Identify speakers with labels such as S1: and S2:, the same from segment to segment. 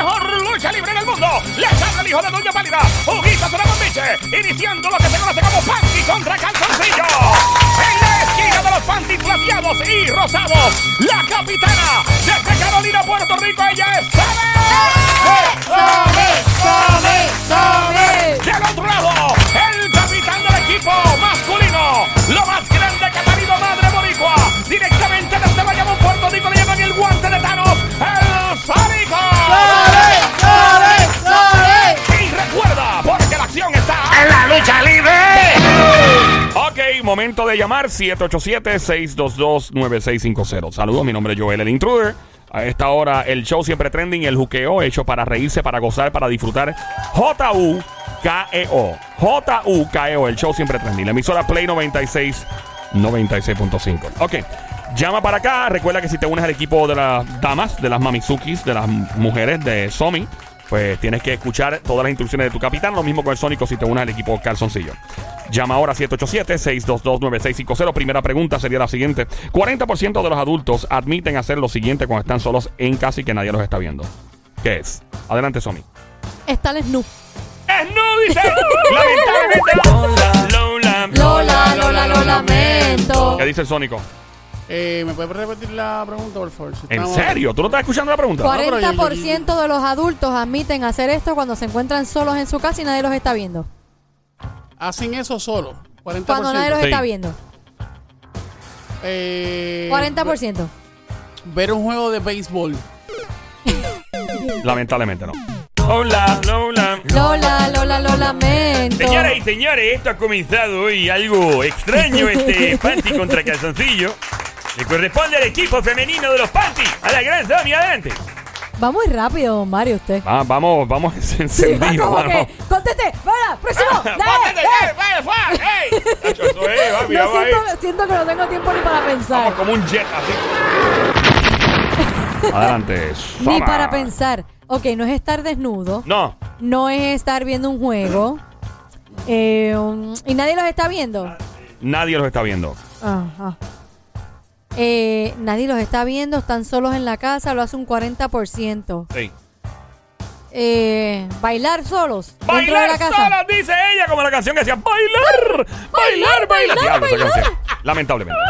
S1: lucha libre en el mundo. Le saca el hijo de Doña Pálida. Huguito se la bombiche. Iniciando lo que se conoce como Panty contra Calzoncillo. En la esquina de los Panty plateados y rosados. La capitana desde Carolina, Puerto Rico. Ella es Sabe. Del otro lado, el capitán del equipo masculino. Lo más grande que ha tenido Madre Boricua. Directamente desde Bayamón, Puerto Rico. Le llaman el guante de Thanos. El Sábico. Y recuerda, porque la acción está en la lucha libre. Ok, momento de llamar 787-622-9650. Saludos, mi nombre es Joel el Intruder. A esta hora, el show siempre trending, el juqueo hecho para reírse, para gozar, para disfrutar. J-U-K-E-O. J-U-K-E-O, E el show siempre trending. La emisora Play 96, 96.5. Ok. Llama para acá. Recuerda que si te unes al equipo de las damas, de las mamizukis, de las mujeres de Somi, pues tienes que escuchar todas las instrucciones de tu capitán. Lo mismo con el Sónico si te unes al equipo calzoncillo. Llama ahora 787-622-9650. Primera pregunta sería la siguiente. 40% de los adultos admiten hacer lo siguiente cuando están solos en casa y que nadie los está viendo. ¿Qué es? Adelante, Somi.
S2: Está el Snoop.
S1: ¡Es no, dice! ¡Lamentablemente! Lola,
S2: Lola, Lola, lo lamento.
S1: ¿Qué dice el Sónico?
S3: Eh, ¿Me puedes repetir la pregunta, por favor? Si
S1: ¿En
S3: estamos-
S1: serio? ¿Tú no estás escuchando la pregunta?
S3: pero yo- yo-
S2: 40% de los adultos admiten hacer esto cuando se encuentran solos en su casa y nadie los está viendo.
S3: Hacen eso solo. 40%.
S2: Cuando nadie los
S1: Sí.
S2: está viendo.
S3: Eh,
S2: 40%.
S3: Ver un juego de béisbol.
S1: Lamentablemente no. Hola, hola.
S2: Lola, Lola, lo lamento.
S1: Señoras y señores, esto ha comenzado hoy algo extraño, este panty contra calzoncillo. Le corresponde al equipo femenino de los panty, a la gran Sonia adelante.
S2: Va muy rápido, don Mario, usted.
S1: vamos, vamos
S2: Sí, va como que, ¡Conteste! ¡Vaya!
S1: Ah,
S2: ¡Próximo! dale, eh. No, siento, siento que no tengo tiempo ni para pensar.
S1: eh. como un jet así. Adelante.
S2: Ni para pensar. Ok, no es estar desnudo.
S1: No,
S2: No es estar viendo un juego. eh, um, y nadie los está viendo.
S1: nadie los está viendo.
S2: Ajá. Eh, nadie los está viendo, están solos en la casa, lo hace un 40%.
S1: Sí.
S2: Eh, bailar solos dentro de
S1: Bailar
S2: la casa.
S1: solas, dice ella, como la canción que decía bailar, bailar, bailar. Diablo, esa canción. Lamentablemente.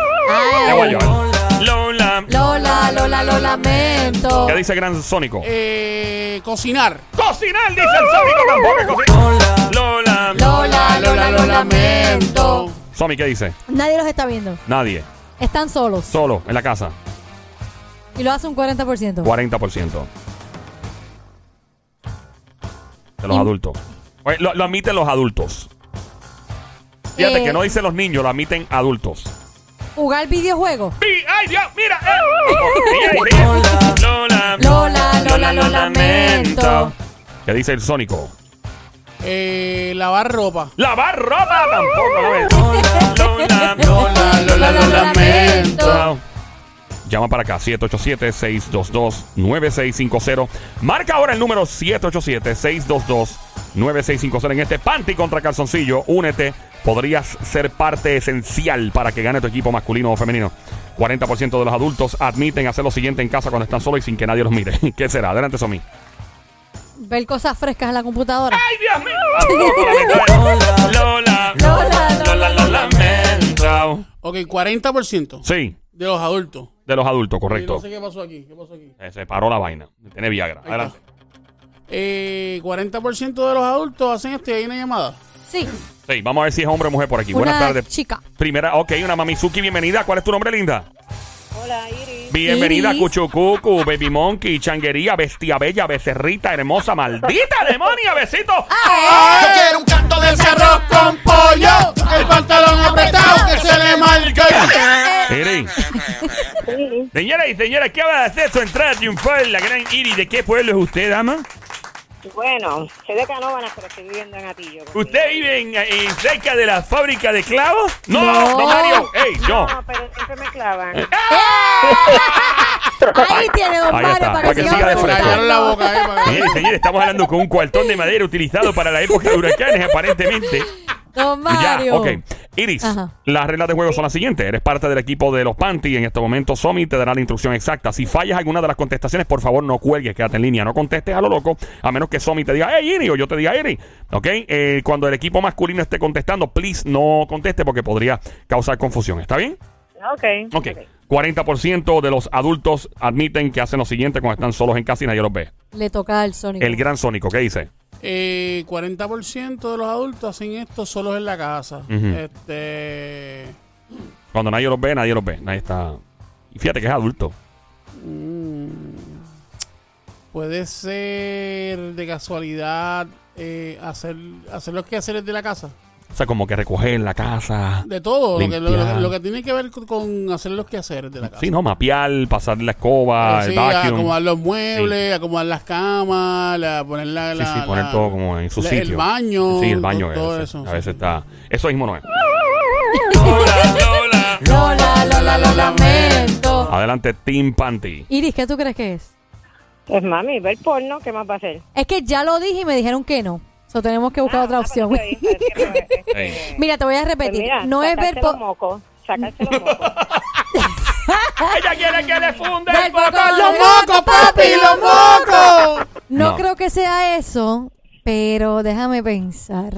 S1: Te voy a
S2: Ay.
S1: llevar. Lola.
S2: Lola, Lola, lo lamento.
S1: ¿Qué dice Gran Sónico?
S3: Eh, cocinar.
S1: Cocinar, dice el Sónico tampoco es cocinar. Lola.
S2: Lola, Lola, lo lamento.
S1: Somi, ¿qué dice?
S2: Nadie los está viendo.
S1: Nadie.
S2: Están solos.
S1: Solo, en la casa.
S2: Y lo hace un 40%.
S1: 40%. De los
S2: Y-
S1: adultos. Oye, Lo, lo admiten los adultos. Fíjate
S2: Eh.
S1: que no dicen los niños, lo admiten adultos.
S2: Jugar videojuegos.
S1: ¡Ay, Dios! ¡Mira!
S2: eh.
S1: Lola,
S2: Lola, Lola, lo lamento.
S1: ¿Qué dice el Sónico?
S3: Eh, lavar ropa.
S1: Lavar ropa tampoco, ¿no ves? Lola,
S3: Lola, Lola, lo lamento.
S1: Llama para acá, 787-622-9650. Marca ahora el número 787-622-9650 en este panty contra calzoncillo. Únete. Podrías ser parte esencial para que gane tu equipo masculino o femenino. 40% de los adultos admiten hacer lo siguiente en casa cuando están solos y sin que nadie los mire. ¿Qué será? Adelante, Somi.
S2: Ver cosas frescas en la computadora.
S1: ¡Ay, Dios mío! Lola,
S2: Lola, Lola, lo
S1: lamento.
S3: Ok, 40%
S1: Sí,
S3: de los adultos.
S1: de los adultos,
S3: Yo
S1: correcto.
S3: no sé qué pasó aquí. ¿Qué pasó aquí?
S1: Eh, se paró la vaina. Tiene Viagra.
S3: Ahí está.
S1: Adelante.
S3: Eh, 40% de los adultos hacen esto y hay una llamada.
S2: Sí,
S1: Sí, vamos a ver si es hombre o mujer por aquí. Buenas
S2: una
S1: tardes.
S2: chica.
S1: Primera, ok, una Mamizuki, bienvenida. ¿Cuál es tu nombre, linda?
S4: Hola, Iris.
S1: Bienvenida,
S2: Iris.
S1: Cuchucucu, Baby Monkey, Changuería, Bestia Bella, Becerrita, Hermosa, Maldita, Demonia, Besito. ¡Ah!
S3: quiero un canto del cerro con pollo. El pantalón apretado que se le marca.
S1: Iris.
S4: Sí,
S1: Señora y señora, acaba de hacer su entrada triunfal la gran Iris. ¿De qué pueblo es usted, dama?
S4: Bueno, soy de Canóvanas, pero estoy viviendo en Atillo.
S1: ¿Usted vive en, en- cerca de la fábrica de clavos? No, no,
S2: No.
S1: Mario. ¡Ey, no! Eh.
S4: No, pero siempre me clavan.
S2: Ahí tiene don
S1: Ahí
S2: Mario
S1: está,
S2: para
S1: para
S2: que
S1: que
S2: siga
S1: siga de fresco.
S2: preguntando.
S3: Callaron la boca, eh. para que-
S4: eh,
S1: Señores y señores, estamos hablando con un cuartón de madera utilizado para la época de huracanes, aparentemente.
S2: Don
S1: Ya,
S2: Mario.
S1: ok. Iris,
S2: Ajá.
S1: las reglas de juego son las siguientes. Eres parte del equipo de los Panty. En este momento, Somi te dará la instrucción exacta. Si fallas alguna de las contestaciones, por favor, no cuelgues, quédate en línea. No contestes a lo loco, a menos que Somi te diga, hey, Iris, o yo te diga, Iris. ¿Ok? Eh, cuando el equipo masculino esté contestando, please no conteste porque podría causar confusión. ¿Está bien?
S4: Ok.
S1: Ok. 40% de los adultos admiten que hacen lo siguiente cuando están solos en casa y nadie los ve.
S2: Le toca al Sonic.
S1: El gran Sónico, ¿qué dice?
S3: Eh, 40% de los adultos hacen esto solos en la casa. Este.
S1: Cuando nadie los ve, nadie los ve. Nadie está. Y fíjate que es adulto.
S3: Puede ser de casualidad eh, hacer, hacer los quehaceres de la casa.
S1: O sea, como que recoger la casa.
S3: De todo, lo que, lo- lo-
S1: Limpiar.
S3: lo que tiene que ver con- con hacer los quehaceres de la casa.
S1: Sí, no, mapear, pasar la escoba,
S3: Sí, ah,
S1: el
S3: a
S1: vacuum.
S3: acomodar los muebles, a acomodar las camas, la, poner la,
S1: Sí,
S3: la-
S1: sí, poner
S3: la-
S1: todo como en su
S3: la-
S1: sitio.
S3: El baño.
S1: Sí, el baño.
S3: con Todo,
S1: ese.
S3: eso.
S1: a veces está. Eso mismo no es.
S2: Lola, Lola, lo lamento.
S1: Adelante, Team Panty.
S2: Iris, ¿qué tú crees que es?
S4: Pues mami, ver porno, ¿qué más va a hacer?
S2: Es que ya lo dije y me dijeron que no. So, tenemos que
S4: Ah,
S2: buscar otra opción.
S1: Ey.
S2: Mira, te voy a
S4: Pues
S2: repetir.
S4: mira,
S2: no es ver
S4: sacarse
S2: po-
S4: los mocos, sacarse los mocos.
S1: ¡Ella quiere que le funde
S2: Ver
S1: el
S2: poco
S1: botón!
S2: de gato,
S3: mocos!
S2: No,
S1: No.
S2: creo que sea eso, pero déjame pensar.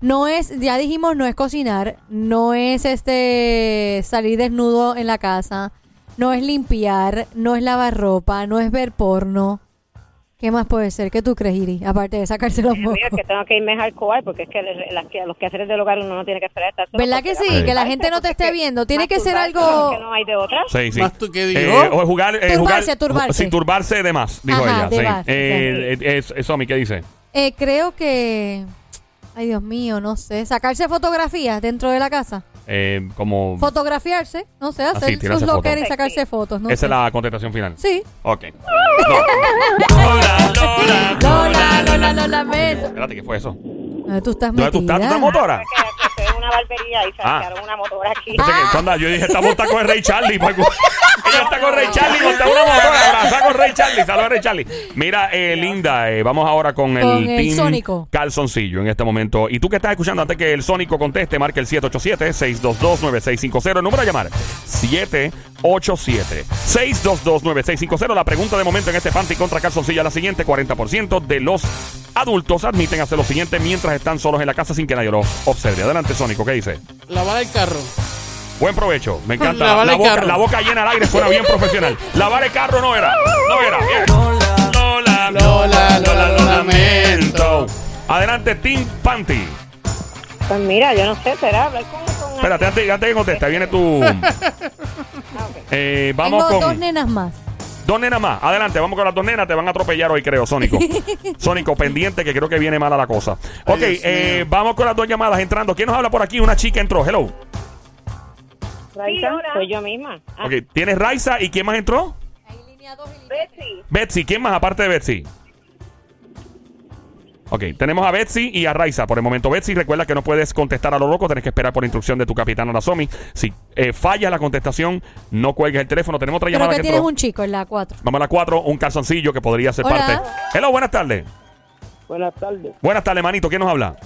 S2: No es, ya dijimos, no es cocinar, no es este salir desnudo en la casa, no es limpiar, no es lavar ropa, no es ver porno. ¿Qué más puede ser? ¿Qué tú crees, Iris? Aparte de sacarse los mocos.
S4: Mira, que tengo que irme al coar porque es que le- las que- los quehaceres del hogar uno no tiene que esperar a estar solo
S2: ¿Verdad
S4: porque
S2: que sí?
S4: la-
S2: Que la gente
S4: pues
S2: no te esté viendo. Tiene que ser algo...
S4: Que no hay de otra.
S1: Sí, sí.
S3: Más tú, ¿qué dijo?
S1: Eh, o jugar, eh,
S2: Turbarse,
S1: jugar-
S2: turbarse.
S1: Sí, turbarse de más, dijo
S2: Ajá,
S1: ella.
S2: de
S1: sí.
S2: más,
S1: Eh, eh, es- es Somi, ¿qué dice?
S2: Eh, creo que... Ay, Dios mío, no sé. Sacarse fotografías dentro de la casa.
S1: Eh, como.
S2: Fotografiarse, no sé, hacer
S1: tirarse
S2: sus
S1: fotos.
S2: loqueras y sacarse fotos. No
S1: Esa
S2: sé.
S1: es la contestación final.
S2: Sí.
S1: Ok. No.
S2: Lola, Lola, Lola, Mesa.
S1: Espérate, ¿qué fue eso?
S2: Ah, Tú estás
S1: ¿Dónde tú estás? ¿Tú estás
S2: metida.
S1: motora?
S4: Que fue una barbería y
S1: Ah.
S4: sacaron una motora aquí.
S1: Pensé
S2: Ah.
S1: que, anda, yo dije, esta monta con el Rey Charlie. por cu- Ella está con Rey Charlie, monta una motora, abrazada con Rey Charlie. Saludos, Rey Charlie. Mira, eh, Linda, eh, vamos ahora con el
S2: Con el
S1: team
S2: Sónico.
S1: Calzoncillo en este momento. Y tú que estás escuchando, antes que el Sónico conteste, marca el 787-622-9650. El número a llamar, 787-622-9650. La pregunta de momento en este panty contra Calzoncillo es la siguiente. 40% de los adultos admiten hacer lo siguiente mientras están solos en la casa sin que nadie los observe. Adelante, Sónico, ¿qué dice?
S3: Lavar el carro.
S1: Buen provecho, me encanta.
S3: Lavar
S1: la,
S3: el
S1: boca,
S3: carro.
S1: la boca llena al aire suena bien profesional. Lavar el carro no era, no era. Bien. Lola,
S3: Lola, Lola, lo lamento.
S1: Adelante, Team Panty.
S4: Pues mira, yo no sé, será hablar con, con
S1: Espérate, antes, antes que conteste, viene tu. Eh, vamos
S2: Tengo dos
S1: con
S2: nenas más.
S1: dos nenas más. Adelante, vamos con las dos nenas. Te van a atropellar hoy, creo, Sónico. Sónico, pendiente, que creo que viene mala la cosa.
S3: Ay,
S1: Ok,
S3: Dios
S1: eh,
S3: mío.
S1: vamos con las dos llamadas entrando. ¿Quién nos habla por aquí? Una chica entró. Hello.
S4: Raiza, soy yo misma. Ah,
S1: Ok, tienes Raiza y quién más entró?
S4: Betsy.
S1: Betsy, ¿quién más aparte de Betsy? Ok, tenemos a Betsy y a Raiza por el momento. Betsy, recuerda que no puedes contestar a lo loco, tenés que esperar por instrucción de tu capitán Arazomi. Si eh, fallas la contestación, no cuelgues el teléfono. Tenemos otra
S2: Creo
S1: llamada
S2: que
S1: que,
S2: tienes
S1: entró.
S2: un chico en la 4.
S1: Vamos a la 4, un calzoncillo que podría ser
S2: Hola.
S1: parte. Hello, buenas tardes.
S5: Buenas tardes.
S1: Buenas tardes, manito. ¿Quién nos habla?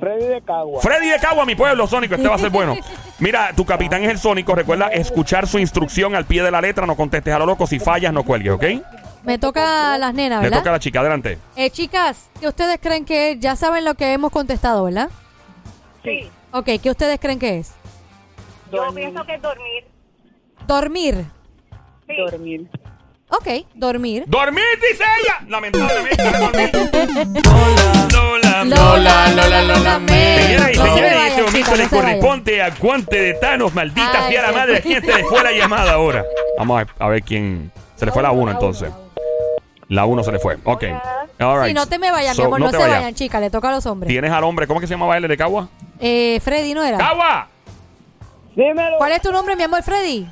S5: Freddy de Cagua.
S1: Freddy de Cagua, mi pueblo, Sónico. Este va a ser bueno. Mira, tu capitán es el Sónico. Recuerda escuchar su instrucción al pie de la letra. No contestes a lo loco. Si fallas, no cuelgues, ¿ok?
S2: Me toca a las nenas,
S1: Le toca a
S2: ¿verdad?
S1: la chica. Adelante.
S2: Eh, chicas, ¿qué ustedes creen que es? Ya saben lo que hemos contestado, ¿verdad?
S4: Sí.
S2: Ok, ¿qué ustedes creen que es?
S4: Yo pienso que es dormir.
S2: Dormir.
S4: Sí.
S5: Dormir.
S2: Ok, dormir.
S1: ¡Dormir, dice ella! Lamentablemente, no dormí. Lola,
S3: Lola, Lola, lo lamento.
S1: Señoras y
S2: No se
S1: señores, en
S2: vayan,
S1: este momento
S2: chicas, no
S1: le
S2: se vayan.
S1: corresponde a Guante de Thanos, maldita
S2: Ay,
S1: fiera
S2: qué-
S1: madre, ¿quién se le fue la llamada ahora? Vamos a, a ver quién. Se le fue la 1 entonces. La 1 se le fue. Ok. All
S2: Sí,
S1: right.
S2: no te me vayan,
S1: So,
S2: mi amor, no,
S1: te
S2: se
S1: vayas.
S2: vayan, chicas, le toca a los hombres.
S1: Tienes al hombre, ¿cómo que se llamaba él el de Cagua?
S2: Eh, Freddy, ¿no era?
S1: ¡Cagua!
S5: Dímelo.
S2: ¿Cuál es tu nombre, mi amor, Freddy?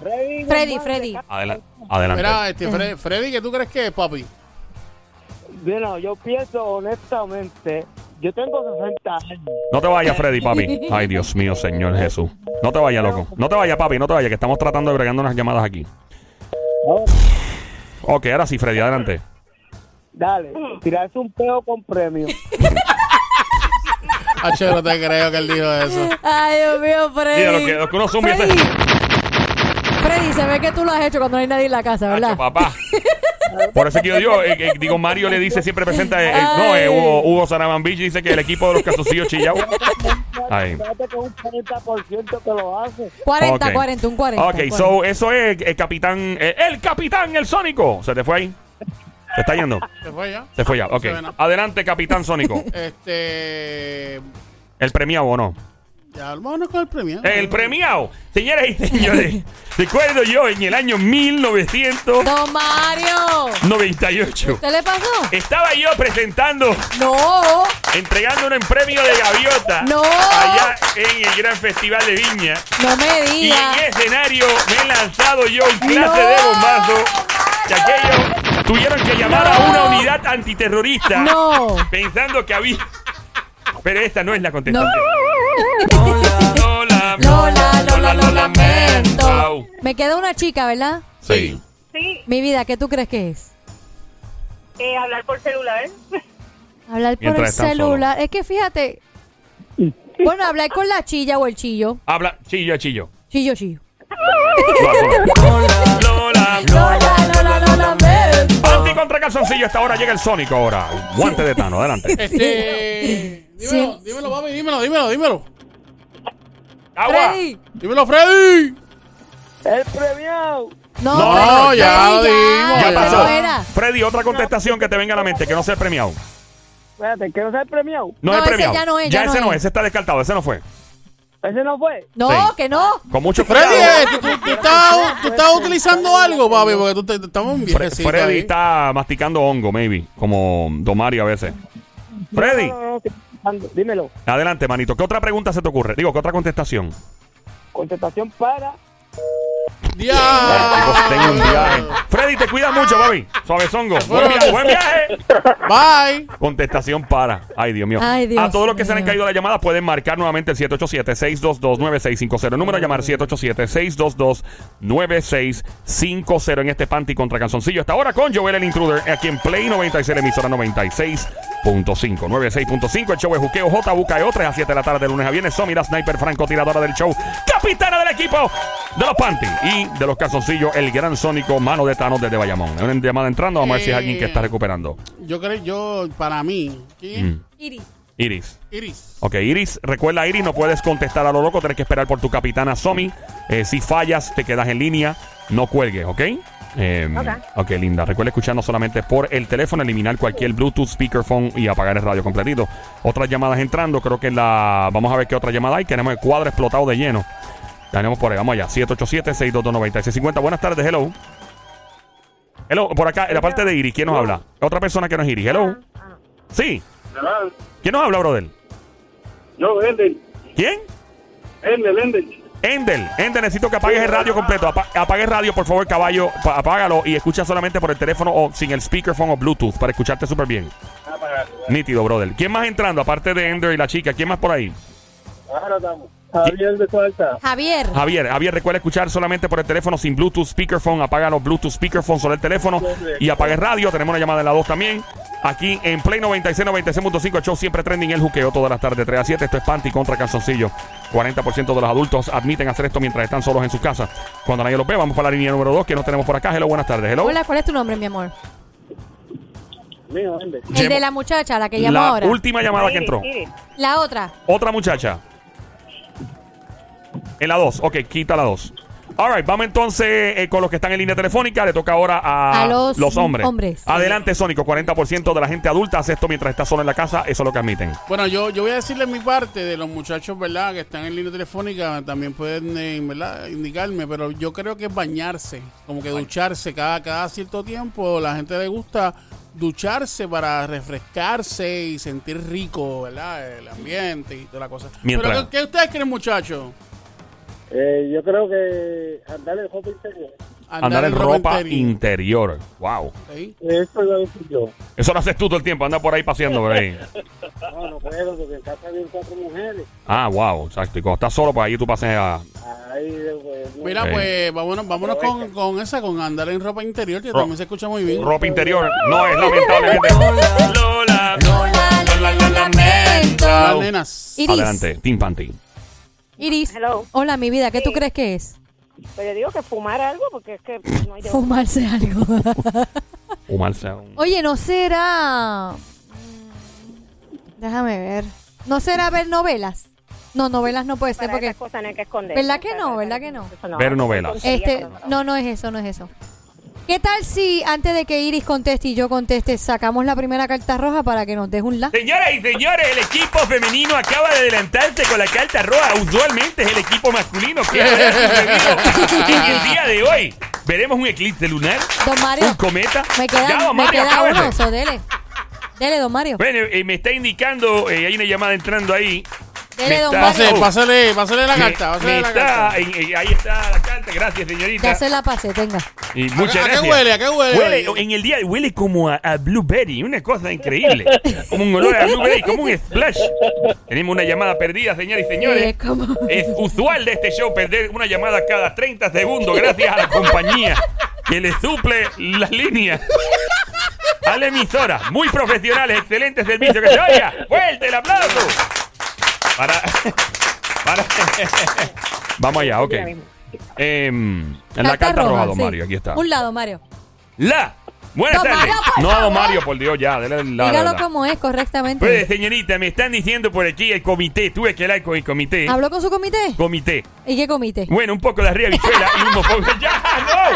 S5: Freddy.
S2: Freddy, Freddy.
S1: Adelante. Adelante.
S3: Mira, este, Fre- Freddy, ¿qué tú crees que es, papi?
S5: Bueno, yo pienso honestamente, yo tengo 60 años.
S1: No te vayas, Freddy, papi. Ay, Dios mío, Señor Jesús. No te vayas, loco. No te vayas, papi, no te vayas, que estamos tratando de bregando unas llamadas aquí.
S5: No,
S1: Ok, ahora sí, Freddy, adelante.
S4: Mm.
S5: Dale, tirarse un peo con premio.
S3: Hacho, no te creo que él dijo eso.
S2: Ay, Dios mío, Freddy.
S1: Mira, lo que- lo que uno asume es-
S2: Freddy. Freddy, se ve que tú lo has hecho cuando no hay nadie en la casa, ¿verdad?
S1: Hacho, papá. Por eso que yo digo, eh, eh, digo, Mario le dice siempre presenta. eh, eh, no,
S2: Ay.
S1: eh, Hugo, Hugo Sarabambich dice que el equipo de los casucillos chillao. Ay.
S5: Fíjate que un 40% que lo hace.
S2: 40,
S1: Ok.
S2: 40, un 40.
S1: Ok, so eso es el capitán, eh, el capitán, el Sónico. ¿Se te fue ahí? ¿Se está yendo?
S3: ¿Se fue ya?
S1: Se fue ya, ok.
S3: Se ven a-
S1: Adelante, capitán Sónico.
S3: Este.
S1: ¿El premiado o no?
S3: Ya, vámonos con el premio.
S1: El premiado. Señoras y señores, recuerdo yo en el año 1998.
S2: Don Mario. ¿Qué le pasó?
S1: Estaba yo presentando,
S2: No.
S1: entregando un premio de gaviota
S2: No.
S1: allá en el Gran Festival de Viña.
S2: No me
S1: Y en
S2: digas.
S1: escenario me he lanzado yo un clase
S2: No.
S1: de bombazo. Que aquellos tuvieron que llamar a
S2: No.
S1: una unidad antiterrorista
S2: No.
S1: pensando que había. Pero esta no es la
S2: No.
S1: contestación. Lola,
S2: Lola, Lola, lo lamento. Me queda una chica, ¿verdad?
S3: Sí.
S4: Sí,
S2: Mi vida, ¿qué tú crees que es?
S4: eh, hablar por celular.
S2: Hablar por
S1: Mientras
S2: el
S1: están
S2: celular. Es que fíjate. Bueno, hablar con la chilla o el chillo.
S1: Habla, chillo, chillo.
S2: Chillo, chillo.
S1: Lola, Lola,
S2: Lola, Lola, lo lamento.
S1: Panty contra calzoncillo. Hasta ahora llega el Sónico ahora. Guante de Tano, adelante.
S3: Este. Dímelo,
S2: Sí.
S3: dímelo, papi, dímelo, dímelo, dímelo.
S1: Agua.
S2: Freddy.
S3: Dímelo, Freddy.
S5: El premiado.
S2: No,
S1: No,
S2: pero
S3: ya
S2: Freddy,
S1: Ya
S3: dimos,
S2: ese
S3: pasó.
S2: no era.
S1: Freddy, otra contestación que te venga a la mente, que no sea el premiado.
S5: Espérate, que no sea el premiado.
S1: No,
S2: No,
S1: es
S2: ese
S1: premiado.
S2: ya no es, ya
S1: ese
S2: no
S1: no
S2: es.
S1: es, ese está descartado, ese no fue.
S5: Ese no fue.
S2: No,
S1: Sí.
S2: que no.
S1: Con mucho
S3: Freddy,
S1: cuidado.
S3: eh, tú, tú- tú estás, tú estás utilizando algo, papi, porque tú te, te- estamos un
S1: Fre-
S3: viejecito.
S1: Freddy
S3: ahí.
S1: está masticando hongo, maybe, como Domario a veces. Freddy,
S5: No, no, no, estoy pensando. Dímelo.
S1: adelante, manito. ¿Qué otra pregunta se te ocurre? Digo, ¿qué otra contestación?
S5: Contestación para.
S1: Chicos, tengo un viaje.
S3: Ya.
S1: Freddy, te cuidas mucho, papi. Suavezongo. Buen, via- buen viaje.
S3: Bye.
S1: Contestación para. Ay, Dios mío.
S2: Ay, Dios
S1: a todos los que se
S2: mío.
S1: han caído la llamada pueden marcar nuevamente el 787-622-9650. El número a llamar 787-622-9650 en este panty contra canzoncillo. Hasta ahora con Joel el Intruder aquí en Play 96, la emisora 96.5. 96.5, el show es Juqueo JUKEO 3 a 7 de la tarde, de lunes a viernes. Somi, la sniper francotiradora del show, capitana del equipo de los panty y de los calzoncillos, el gran sónico mano de Thanos desde Bayamón. Hay Una llamada entrando, vamos a ver si es alguien que está recuperando.
S3: Yo creo, yo, para mí. ¿Quién?
S1: Mm. Iris.
S3: Iris.
S1: Ok, Iris, recuerda Iris, no puedes contestar a lo loco, tienes que esperar por tu capitana Somi. Eh, si fallas, te quedas en línea, no cuelgues, ¿ok? Em,
S4: Ok.
S1: ok, linda. Recuerda escucharnos solamente por el teléfono, eliminar cualquier Bluetooth, speakerphone y apagar el radio completito. Otras llamadas entrando, creo que la. Vamos a ver qué otra llamada hay. Tenemos el cuadro explotado de lleno. Tenemos por ahí, vamos allá, 787-622-9650. Buenas tardes, hello. Hello, por acá, en la parte de Iris, ¿quién nos habla? Otra persona que no es Iris, hello. Sí, ¿quién nos habla, brother?
S6: Yo, Ender,
S1: ¿Quién?
S6: Ender, Ender.
S1: Endel, Endel, necesito que apagues el radio completo. Apa- apague el radio, por favor, caballo. Pa- apágalo y escucha solamente por el teléfono o sin el speakerphone o Bluetooth para escucharte súper bien.
S6: Ah,
S1: Nítido, brother. ¿Quién más entrando? Aparte de Ender y la chica, ¿quién más por ahí?
S6: Ahora estamos.
S7: Ah,
S5: Javier de Salta.
S2: Javier.
S1: Javier, Javier, recuerda escuchar solamente por el teléfono sin Bluetooth, speakerphone. Apágalo, Bluetooth, speakerphone sobre el teléfono y apague el radio. Tenemos una llamada en la 2 también. Aquí en Play 96, 96.5, el show siempre trending, el juqueo todas las tardes, 3 a 7. Esto es panty contra calzoncillo. 40% de los adultos admiten hacer esto mientras están solos en sus casas. Cuando nadie los ve, vamos para la línea número 2 que nos tenemos por acá. Hello, buenas tardes. Hello.
S2: Hola, ¿cuál es tu nombre, mi amor?
S6: Mío, Ender.
S2: El de la muchacha, la que llamó
S1: la
S2: ahora.
S1: última llamada que
S4: Iris,
S1: entró.
S4: Iris.
S2: La otra.
S1: Otra muchacha. En la 2. Ok, quita la 2. All right, vamos entonces eh, con los que están en línea telefónica. Le toca ahora a,
S2: A los
S1: hombres.
S2: hombres.
S1: Adelante, Sónico. 40% de la gente adulta hace esto mientras está solo en la casa. Eso es lo que admiten.
S3: Bueno, yo, yo voy a decirle mi parte de los muchachos, ¿verdad? Que están en línea telefónica, también pueden, eh, ¿verdad? Indicarme, pero yo creo que es bañarse, como que ducharse cada, cada cierto tiempo. La gente le gusta ducharse para refrescarse y sentir rico, ¿verdad? El ambiente y toda la cosa.
S1: Mientras-
S3: Pero, ¿qué, qué ustedes creen, muchachos?
S6: Eh, yo creo que andar en ropa interior.
S7: eh,
S1: Andar, en ropa
S3: interior.
S1: interior. Wow.
S3: ¿Sí?
S6: Eso iba a decir yo.
S1: Eso lo haces tú todo el tiempo. Anda por ahí paseando por ahí.
S6: No, no puedo, porque en casa viven cuatro mujeres.
S1: Ah, wow. Exacto. Y cuando estás solo, pues ahí tú pasas a.
S6: Ahí, pues, no.
S3: Mira,
S1: Ok.
S3: pues vámonos, vámonos con, con esa, con andar en ropa interior, que
S1: Ro-
S3: también se escucha muy bien.
S1: Ropa interior. No es lamentablemente. Lola. Lola.
S3: la, la, lamento. Las nenas.
S2: Iris.
S1: Adelante, Team Panty.
S2: Iris.
S4: Hello.
S2: Hola, mi vida, ¿qué tú
S4: Sí.
S2: crees que es?
S4: Pero yo digo que fumar algo porque es que no hay de otra.
S2: Fumarse algo.
S1: Fumarse a un-
S2: Oye, ¿no será...? Mm, Déjame ver. ¿No será ver novelas? No, novelas no puede ser
S4: Para
S2: porque...
S4: esas cosas no hay que esconder.
S2: ¿Verdad que no? ¿Verdad que no?
S4: Eso no.
S1: Ver novelas.
S4: Tontería,
S2: Este,
S4: pero
S2: no, no es eso, no es eso. ¿Qué tal si antes de que Iris conteste y yo conteste, sacamos la primera carta roja para que nos des un la?
S1: Señoras y señores, el equipo femenino acaba de adelantarse con la carta roja. Usualmente es el equipo masculino que en el día de hoy. Veremos un eclipse lunar,
S2: Don
S1: un
S2: Mario,
S1: cometa.
S2: me queda,
S1: Ya, don
S2: me
S1: Mario,
S2: queda
S1: acábalo.
S2: uno, so dele. Dele, don Mario.
S1: Bueno, eh, me está indicando, eh, hay una llamada entrando ahí.
S2: Dele, don
S3: Pase,
S2: Mario.
S1: Oh,
S3: pásale, pásale la
S1: me-
S3: carta,
S1: me
S3: pásale la
S1: está,
S3: carta.
S1: en- eh, ahí está la carta, gracias
S2: Ya
S1: señorita.
S2: se la pasé, tenga.
S1: Y
S3: ¿A,
S1: muchas
S3: qué- a
S1: gracias.
S3: qué huele? ¿A qué huele?
S1: Huele, en el día huele como a, a blueberry, una cosa increíble. Como un olor a blueberry, como un splash. Tenemos una llamada perdida, señoras y señores.
S2: Sí, es como-
S1: Es usual de este show perder una llamada cada 30 segundos gracias a la compañía que le suple las líneas. A la emisora, muy profesionales, excelente servicio. ¡Que se oiga! ¡Fuerte el aplauso! Para... para- Vamos allá, ok. Em, la carta roja, don
S2: sí.
S1: Mario, aquí está.
S2: Un lado, Mario.
S1: La. Buenas
S2: Don
S1: tardes.
S2: Mario, por
S1: No,
S2: favor.
S1: don Mario, por Dios, ya. Dele la.
S2: Dígalo
S1: la- la.
S2: como es correctamente.
S1: Pues, señorita, me están diciendo por aquí el comité. Tuve que hablar con el comité.
S2: ¿Habló con su comité?
S1: Comité.
S2: ¿Y qué comité?
S1: Bueno, un poco de arriba bichuela y un mofongo. ¡Ya, no!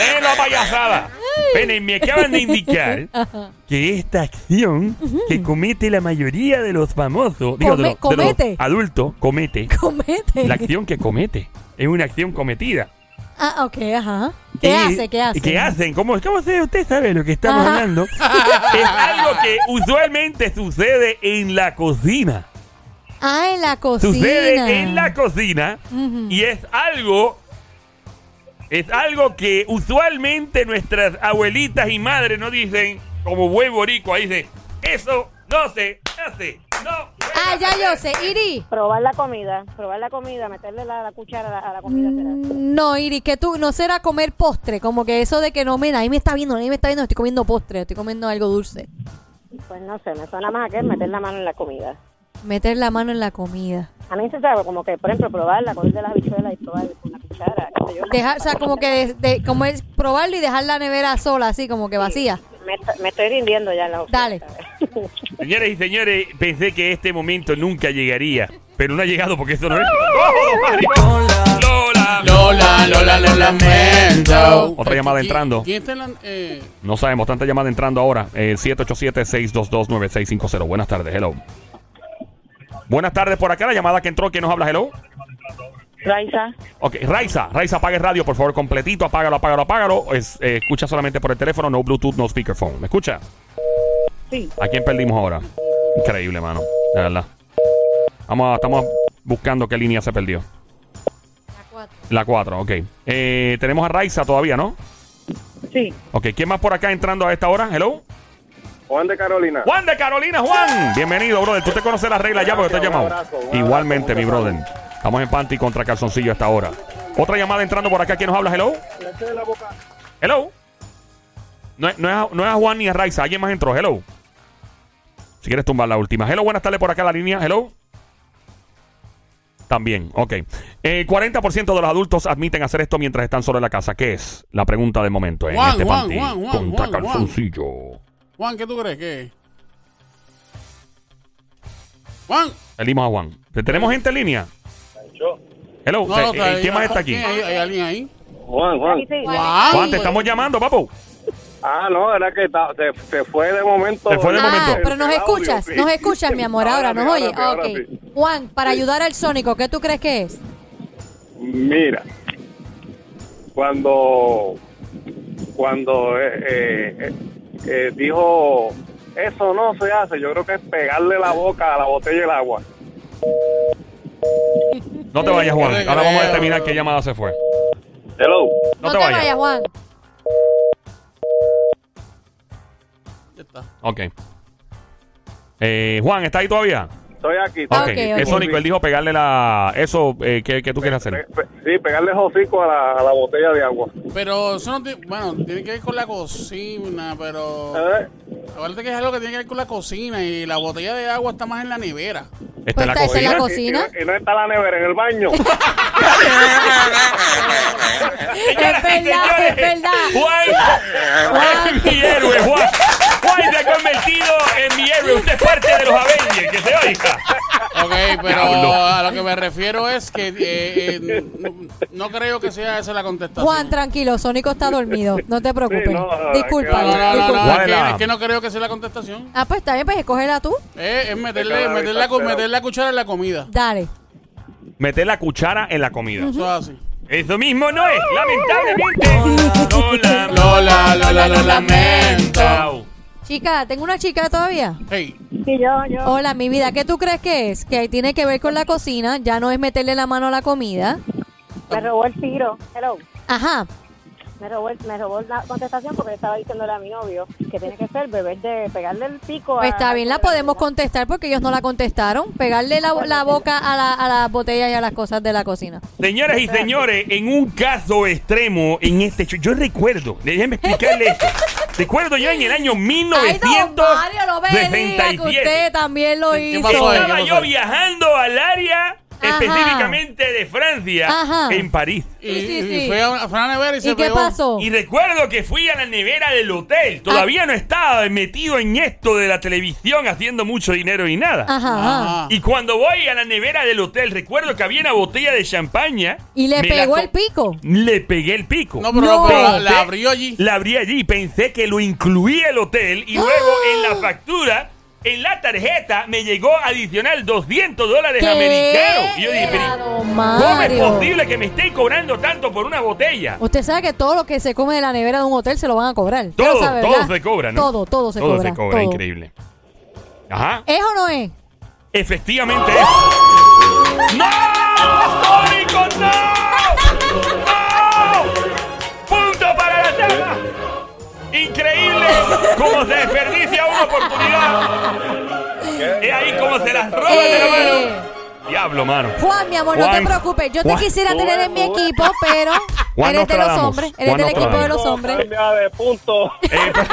S1: ¡Es la payasada! Ven, me acaban de indicar
S2: Ajá.
S1: que esta acción que comete la mayoría de los famosos, digo, de
S2: Come-
S1: los- de los,
S2: comete.
S1: adultos, comete.
S2: Comete.
S1: La acción que comete es una acción cometida.
S2: Ah, ok, ajá. ¿Qué
S1: Y-
S2: hace? ¿Qué hace?
S1: ¿Qué hacen? ¿Cómo, cómo se, usted sabe lo que estamos
S2: Ajá.
S1: hablando? es algo que usualmente sucede en la cocina.
S2: Ah, en la cocina.
S1: Sucede en la cocina
S2: Ujú.
S1: y es algo... Es algo que usualmente nuestras abuelitas y madres no dicen, como buen borico, ahí dicen, eso no se hace, no. se
S2: Ah, ya
S1: hace".
S2: yo sé. Iri.
S4: Probar la comida, probar la comida, meterle la, la cuchara a la, a la comida.
S2: Mm.
S4: será.
S2: No, Iri, que tú no será comer postre, como que eso de que no me, ahí me está viendo, ahí me está viendo, estoy comiendo postre, estoy comiendo algo dulce.
S4: Pues no sé, me suena más a que es meter la mano en la comida.
S2: Meter la mano en la comida.
S4: A mí se sabe como que, por ejemplo, probarla, coger de las habichuelas y probar con la cuchara. qué sé yo.
S2: Dejar, o sea, como que de- de- como es probarlo y dejar la nevera sola, así como que vacía.
S4: Me, est- me estoy rindiendo ya en la
S2: Dale.
S4: ¿sabes?
S1: Señoras y señores, pensé que este momento nunca llegaría, pero no ha llegado porque eso no es. ¡Oh, Mario! Lola.
S3: Lola, Lola, lo lamento.
S1: Otra llamada
S3: ¿Quién-
S1: entrando.
S3: ¿Quién está en la, eh,
S1: No sabemos, tanta llamada entrando ahora. Eh, 787-622-9650. Buenas tardes, hello. Buenas tardes por acá, la llamada que entró, ¿quién nos habla, hello?
S4: Raiza,
S1: Ok, Raiza, Raiza, apague el radio, por favor, completito, apágalo, apágalo, apágalo. Es- eh, escucha solamente por el teléfono, no Bluetooth, no speakerphone. ¿Me escucha?
S4: Sí.
S1: ¿A quién perdimos ahora? Increíble, mano, de verdad. Vamos, a- estamos buscando qué línea se perdió. La 4, ok. Eh, tenemos a Raiza todavía, ¿no?
S4: sí.
S1: Ok, ¿quién más por acá entrando a esta hora? Hello.
S6: Juan de Carolina.
S1: Juan de Carolina, Juan. Bienvenido, brother. Tú te conoces las reglas ya porque te has
S6: Gracias, un
S1: llamado.
S6: abrazo, un abrazo,
S1: Igualmente,
S6: mucho
S1: mi brother. Estamos en panty contra calzoncillo a esta hora. Otra llamada entrando por acá. ¿Quién nos habla? Hello. Hello. No, es- no es, a- no es a Juan ni a Raiza. Alguien más entró. Hello. Si quieres tumbar la última. Hello, buenas tardes por acá la línea. Hello. También, ok. Eh, 40% de los adultos admiten hacer esto mientras están solos en la casa. ¿Qué es? La pregunta del momento en
S3: Juan,
S1: este
S3: Juan,
S1: panty
S3: Juan, Juan,
S1: contra
S3: Juan, Juan.
S1: calzoncillo.
S3: Juan, ¿qué tú crees que es? Juan.
S1: Elimos a Juan. ¿Te- ¿Tenemos gente en línea? Hello,
S3: No,
S1: eh,
S3: no,
S1: eh,
S3: que hay-
S1: ¿quién más está aquí?
S3: ¿quién? ¿Hay, hay alguien ahí?
S6: Juan, Juan.
S3: Juan.
S1: Juan, te estamos llamando, papu.
S6: Ah, no, era que ta- se, se fue de momento.
S1: Se fue de
S2: Ah,
S1: momento.
S2: pero nos
S6: El audio,
S2: escuchas,
S6: sí.
S2: nos escuchas, mi amor, ahora nos
S6: sí,
S2: oye.
S6: ahora
S2: Ok.
S6: sí.
S2: Juan, para ayudar al Sónico, ¿qué tú crees que es?
S6: Mira, cuando cuando eh, eh, eh, eh, dijo eso no se hace, yo creo que es pegarle la boca a la botella del agua.
S1: No te vayas, Juan.
S3: Creo,
S1: Ahora vamos a
S3: creo.
S1: determinar qué llamada se fue.
S6: Hello.
S1: No, te, vayas.
S2: Juan.
S3: Ya está.
S1: Ok. Eh, Juan, ¿está ahí todavía?
S6: Estoy aquí.
S1: Ok,
S2: Ah, ok, ok.
S1: eso, Nico, él dijo pegarle la. Eso, eh, ¿qué, qué tú quieres
S6: Pe-
S1: hacer?
S6: pe- Sí, pegarle hocico a la, a la botella de agua.
S3: Pero eso no tiene. Bueno, tiene que ver con la cocina, pero.
S6: Eh,
S3: Acuérdate que es algo que tiene que ver con la cocina y la botella de agua está más en la nevera.
S1: Está en Este, la
S2: Pues está- está en la
S1: cocina.
S2: co- ¿Cocina?
S6: Y, y no- y no está la nevera en el baño.
S2: Es verdad, es verdad.
S1: Juan, Juan es mi héroe, Juan. Juan se ha convertido en mi héroe. Usted es parte de los Avengers, que se oiga.
S3: Ok, pero
S1: Diablo.
S3: a lo que me refiero es que eh, eh, no, no creo que sea esa la contestación.
S2: Juan, tranquilo, Sónico está dormido. No te preocupes.
S6: Sí, no, no, no,
S3: No,
S2: disculpa,
S3: no, no, no, no,
S2: disculpa.
S3: es, que,
S1: Guárdela.
S3: es que no creo que sea la contestación.
S2: Ah, pues está bien, pues escógela tú.
S3: Eh, es meterle,
S6: Cada vez
S3: meter, la, cu-
S6: está peor.
S3: meter la cuchara en la comida.
S2: Dale.
S1: Meter la cuchara en la comida.
S3: Eso es así.
S1: Eso mismo no es, lamentablemente. Lola,
S3: Lola, Lola, lo lamento.
S2: Chica, tengo una chica todavía.
S3: Hey,
S4: Sí, yo, yo.
S2: Hola, mi vida, ¿qué tú crees que es? Que tiene que ver con la cocina, ya no es meterle la mano a la comida.
S4: Me robó el tiro. Hello.
S2: Ajá.
S4: Me robó, el- me robó la contestación porque estaba diciéndole a mi novio que tiene que ser beber de pegarle el pico a.
S2: Pues está bien, la podemos contestar porque ellos no la contestaron. Pegarle la, la boca a, la, a las botellas y a las cosas de la cocina.
S1: Señoras y señores, en un caso extremo, en este show, yo recuerdo, déjenme explicarle esto. Recuerdo yo en el año
S2: Ay, don Mario, no me diga que
S1: 1967.
S2: usted también lo
S3: ¿Qué
S2: hizo.
S3: pasó ahí?
S1: Estaba
S3: ¿Qué pasó
S1: yo
S3: ahí?
S1: viajando al área
S2: Ajá. Ah.
S1: específicamente de Francia,
S2: Ajá.
S1: en París.
S3: y,
S2: Sí, sí,
S3: y
S2: sí.
S3: fue a una, fue a una nevera y,
S2: ¿Y
S3: se
S2: qué
S3: pegó.
S2: pasó?
S1: Y recuerdo que fui a la nevera del hotel.
S2: Ah.
S1: Todavía no estaba metido en esto de la televisión haciendo mucho dinero y nada.
S2: Ajá. ajá.
S3: Ajá.
S1: Y cuando voy a la nevera del hotel, recuerdo que había una botella de champaña.
S2: Y le
S1: Me
S2: pegó
S1: la
S2: el
S1: to-
S2: pico.
S1: Le pegué el pico.
S3: No, pero,
S2: No.
S3: pero la, la
S1: Pensé-
S3: abrió allí.
S1: La abrí allí. Pensé que lo incluía el hotel. Y luego en la factura, en la tarjeta, me llegó adicional 200 dólares
S2: ¿Qué?
S1: americanos. Y yo dije, pero,
S2: Era don
S1: ¿cómo es
S2: Mario.
S1: posible que me estén cobrando tanto por una botella?
S2: Usted sabe que todo lo que se come de la nevera de un hotel se lo van a cobrar. Usted
S1: Todo,
S2: lo sabe,
S1: todo
S2: ¿verdad?
S1: se cobra, ¿no?
S2: Todo, todo se cobra.
S1: se cobra,
S2: todo.
S1: increíble. Ajá.
S2: ¿Es o no es?
S1: Efectivamente es. ¡No! ¡Sónico, no! ¡No! ¡Punto para la dama! Increíble cómo se desperdicia una oportunidad. Es ahí como se las roban de la
S2: Eh.
S1: mano. Diablo, mano.
S2: Juan, mi amor, no
S1: Juan.
S2: te preocupes. Yo
S1: Juan.
S2: te quisiera tener en mi equipo, pero
S1: Juan
S2: eres de los
S1: Nostradamus.
S2: hombres. Eres
S1: Juan Eh,
S2: del equipo de
S1: Nostradamus.
S2: los hombres.
S6: Cambia de punto.
S1: Eh,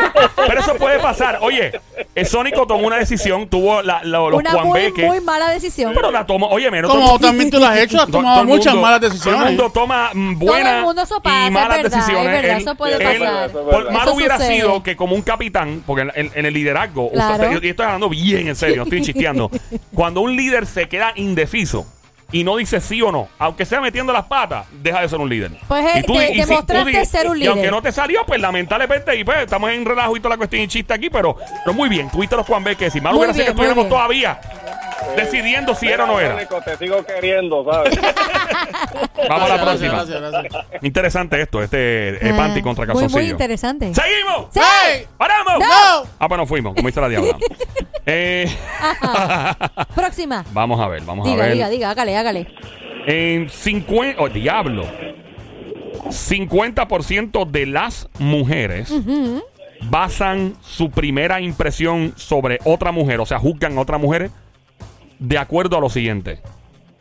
S1: pero, pero eso puede pasar. Oye, el Sónico tomó una decisión, tuvo la, la- los
S2: Una muy,
S1: Juanbeques.
S2: muy mala decisión.
S1: Pero la tomó. Oye, menos
S3: Como también tú lo has hecho, has
S1: To-
S3: tomado
S1: todo el
S3: muchas
S1: mundo-
S3: malas
S1: Todo el
S3: decisiones.
S1: mundo toma mm, buenas
S2: Todo el mundo eso pasa,
S1: y
S2: es
S1: malas
S2: verdad,
S1: decisiones.
S2: es verdad,
S1: Él-
S2: eso puede
S1: él-
S2: pasar.
S1: por- Malo
S2: Eso
S1: hubiera
S2: sucede.
S1: sido que como un capitán, porque en, en- en el liderazgo,
S2: Claro.
S1: usualmente- y estoy hablando bien en serio, no estoy chisteando, cuando un líder se queda indeciso y no dice sí o no, aunque sea metiendo las patas, deja de ser un líder.
S2: Pues,
S1: Y
S2: eh, te-
S1: di- y si-
S2: demostraste
S1: di-
S2: ser un
S1: Y aunque
S2: líder.
S1: no te salió, pues lamentablemente, y pues estamos en relajo y toda la cuestión y chiste aquí, pero, pero muy bien, tuviste los Juan que si mal
S2: Muy
S1: hubiera sido que
S2: bien, muy
S1: estuviéramos
S2: bien.
S1: todavía decidiendo si era o no era.
S6: Sónico, Te sigo queriendo, ¿sabes?
S1: Vamos a la
S3: Gracias,
S1: próxima.
S3: gracias, gracias.
S1: Interesante esto, este eh,
S2: Ah,
S1: Panty contra
S2: Muy,
S1: Calzoncillo.
S2: muy interesante.
S1: ¡Seguimos!
S2: Sí.
S3: ¡Hey!
S1: ¡Paramos!
S3: No.
S1: Ah, pues nos fuimos, como dice la diabla. Eh,
S2: Próxima.
S1: vamos a ver, vamos a
S2: Ah. Diga,
S1: ver.
S2: diga, diga, hágale, hágale.
S1: En 50... ¡Oh, diablo! 50% de las mujeres basan su primera impresión sobre otra mujer, o sea, juzgan a otra mujer de acuerdo a lo siguiente.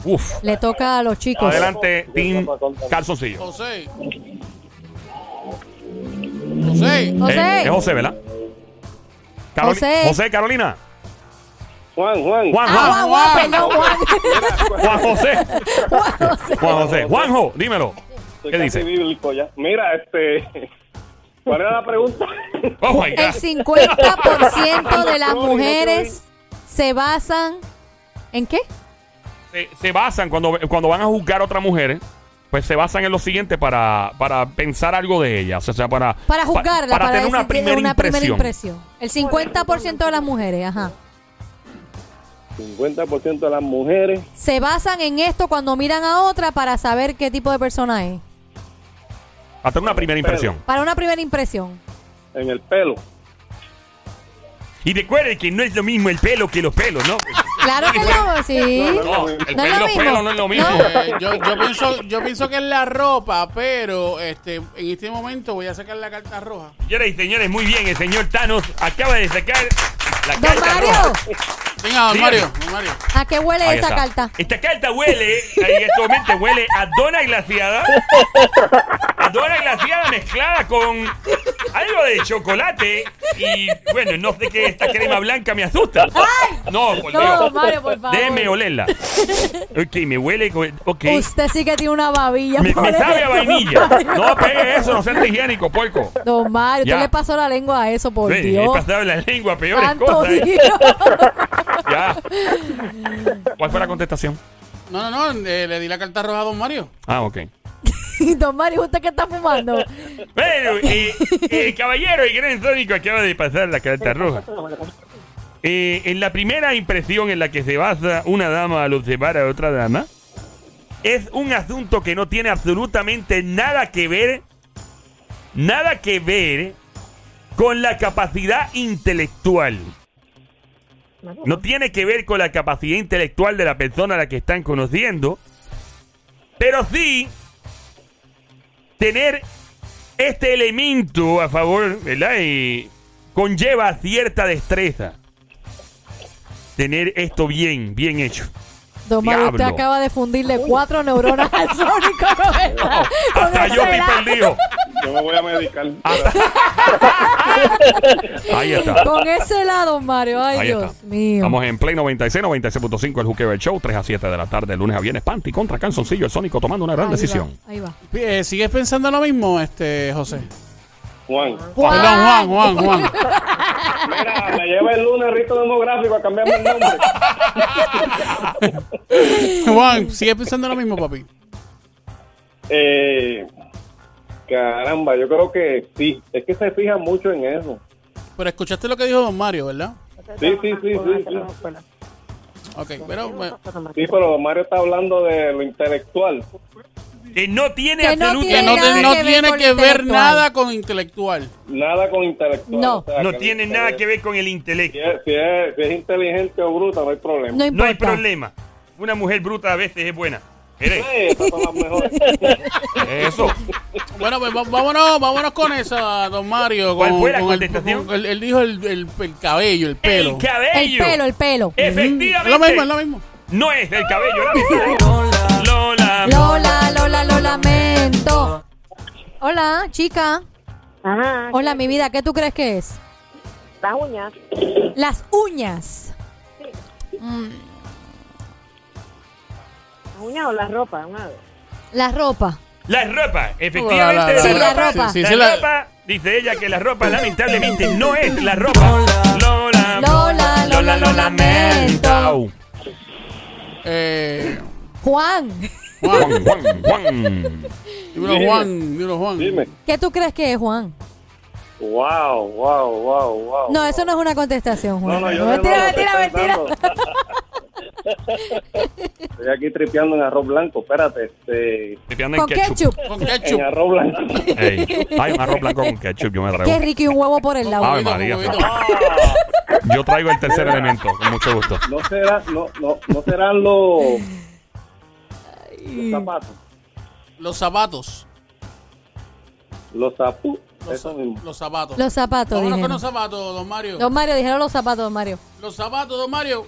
S1: Uf.
S2: Le toca a los chicos.
S1: Adelante, Team Calzoncillo.
S3: José. José.
S1: Eh,
S2: José.
S1: es José, ¿verdad? Caroli-
S2: José.
S1: José, Carolina.
S6: Juan,
S1: Juan,
S6: Juan.
S1: Juan.
S2: Ah, Juan, Juan, perdón, Juan.
S1: Juan José.
S2: Juan José.
S1: Juan José. Juanjo, dímelo. ¿Qué
S6: Estoy casi
S1: dice?
S6: bíblico ya. Mira, este. ¿Cuál era la pregunta?
S1: Oh my
S2: El
S1: God.
S2: 50% de las mujeres se basan en qué?
S1: Se, se basan cuando, cuando van a juzgar a otras mujeres. Pues se basan en lo siguiente para, para pensar algo de ellas. O sea, para.
S2: Para
S1: pa-
S2: juzgarla,
S1: Para, tener
S2: decir
S1: una,
S2: que-
S1: primera,
S2: una
S1: impresión.
S2: primera impresión. El 50% de las mujeres, ajá.
S6: 50% de las mujeres.
S2: Se basan en esto cuando miran a otra para saber qué tipo de persona es.
S1: Para tener una primera impresión.
S2: Para una primera impresión.
S6: en el pelo.
S1: Y recuerden que no es lo mismo el pelo que los pelos, ¿no?
S2: Claro que no, sí.
S1: No, el
S2: No
S1: pelo
S2: es
S1: y los
S2: lo mismo.
S1: pelos no es lo mismo.
S2: No.
S3: Eh, yo, yo pienso, yo pienso que es la ropa, pero este, en este momento voy a sacar la carta roja.
S1: Señoras y señores, muy bien. El señor Thanos acaba de sacar La
S2: Don
S1: carta
S2: Mario,
S1: roja.
S3: Venga, don
S1: Dígame.
S3: Mario, don Mario.
S2: ¿a qué huele
S1: Ahí
S2: esa
S1: está.
S2: carta?
S1: Esta carta huele, ahí en este momento huele a dona glaciada. A dona glaciada mezclada con algo de chocolate. Y bueno, no sé qué esta crema blanca me asusta. No, por
S2: No,
S1: Dios.
S2: Mario, por favor.
S1: Déjeme olerla. Ok, me huele. co- Ok.
S2: Usted sí que tiene una babilla.
S1: Me, me
S2: pobre
S1: sabe a
S2: don
S1: vainilla.
S2: Mario.
S1: No pegue eso, no sea antihigiénico, puerco.
S2: Don Mario, usted
S1: Ya.
S2: le pasó la lengua a eso, por
S1: Ven, He
S2: Dios.
S1: pasado en la lengua peores
S2: Santo
S1: cosas. eh.
S2: Dios.
S1: Ya. ¿Cuál fue la contestación?
S3: No, no, no, eh, le di la carta roja a don Mario.
S1: Ah, ok.
S2: Don Mario, ¿usted qué está fumando?
S1: Bueno, eh, eh, caballero y gran sónico acaba de pasar la carta roja. Eh, en la primera impresión en la que se basa una dama al observar a otra dama, es un asunto que no tiene absolutamente nada que ver, nada que ver con la capacidad intelectual. No tiene que ver con la capacidad intelectual de la persona a la que están conociendo, pero sí tener este elemento a favor, ¿verdad? Y conlleva cierta destreza. Tener esto bien, bien hecho.
S2: Don Mario, usted
S1: Diablo.
S2: acaba de fundirle cuatro neuronas al Sónico, ¿no verdad? Con
S1: Hasta
S2: ese
S1: yo estoy
S2: helado.
S1: perdido.
S6: Yo me voy a medicar.
S1: Ahí está.
S2: Con ese lado, don Mario. Ay,
S1: Ahí
S2: Dios
S1: está.
S2: mío.
S1: Estamos en Play 96, 96.5, el Juqueo del Show, 3 a 7 de la tarde, lunes a viernes, Panty contra Canzoncillo, el Sónico tomando una gran
S2: Ahí va,
S1: decisión.
S2: ahí va.
S3: Eh, ¿Sigues pensando lo mismo, este, José?
S6: Juan.
S3: Perdón, Juan, Juan, Juan.
S6: Mira, me lleva el lunes rito demográfico a cambiarme el nombre.
S3: Juan, ¿sigues pensando lo mismo, papi?
S6: Eh, caramba, yo creo que sí. Es que se fija mucho en eso.
S3: Pero escuchaste lo que dijo don Mario, ¿verdad?
S6: Sí, sí, sí, sí, sí.
S3: Ok, pero bueno,
S6: Sí, pero Mario está hablando de lo intelectual.
S1: Que no tiene
S2: Que no
S3: que
S1: absolutamente...
S3: no,
S2: Tiene nada que
S3: te- no
S2: ver
S3: tiene
S2: con
S3: que ver
S2: intelectual.
S3: nada con intelectual.
S6: Nada con intelectual.
S2: No.
S1: no tiene nada que ver con el intelecto.
S6: Si es, si es- si es inteligente o bruta, no hay problema.
S2: No
S1: No hay
S2: importa.
S1: problema. Una mujer bruta a veces es buena. ¿Eres?
S6: Sí, Eh, esas son las mejores.
S1: Eso.
S3: Bueno, pues va- vámonos, vámonos con esa, don Mario.
S1: ¿Cuál
S3: con-
S1: fue la
S3: con el-
S1: contestación?
S3: con el- Él dijo el, el- el cabello, el
S1: El
S3: pelo. Mm,
S2: El
S1: cabello.
S2: pelo, el pelo.
S1: Efectivamente.
S3: Es lo mismo, es lo mismo.
S1: No es el cabello. era mi- Lola.
S2: Lola, Lola, lo lamento. Hola, chica.
S4: Ajá.
S2: Hola, mi vida, ¿qué tú crees que es?
S4: Las uñas.
S2: Las uñas.
S4: Las uñas o la ropa, una vez.
S2: La ropa.
S1: La ropa.
S3: La- la-
S1: Efectivamente.
S3: la-
S2: Sí, la ropa.
S3: Sí, sí,
S1: la
S3: la-
S1: ropa. Dice ella que la ropa lamentablemente no es la ropa. Lola.
S2: Lola, Lola, lo lamento.
S3: Eh,
S2: Juan,
S1: Juan, Juan, Juan.
S3: dímelo, Juan, dímelo, Juan.
S6: Dime.
S2: ¿qué tú crees que es, Juan?
S6: Wow, wow, wow, wow.
S2: No, eso no es una contestación,
S6: Oh.
S2: Juan.
S6: No, no, yo de
S2: mentira,
S6: nuevo
S2: mentira,
S6: estoy
S2: mentira.
S6: pensando. Estoy aquí tripeando en arroz blanco. Espérate, este,
S1: Te pidan el
S2: Con ketchup.
S3: Con
S6: en
S3: ketchup.
S6: arroz blanco.
S1: Ey, Hay un arroz blanco con ketchup. Yo me
S2: Qué
S1: traigo.
S2: rico y un huevo por el
S1: Ave
S2: lado.
S1: María.
S3: poquito.
S1: Yo traigo el tercer elemento. Con mucho gusto.
S6: No será, no, no, no serán los, los zapatos,
S3: Los zapatos.
S6: los zapú,
S3: Los,
S6: eso mismo.
S3: los zapatos.
S2: Los zapatos,
S3: Vámonos con
S2: dijeron.
S3: los zapatos, don Mario.
S2: Don Mario, dijeron los zapatos, don Mario.
S3: Los zapatos, don Mario.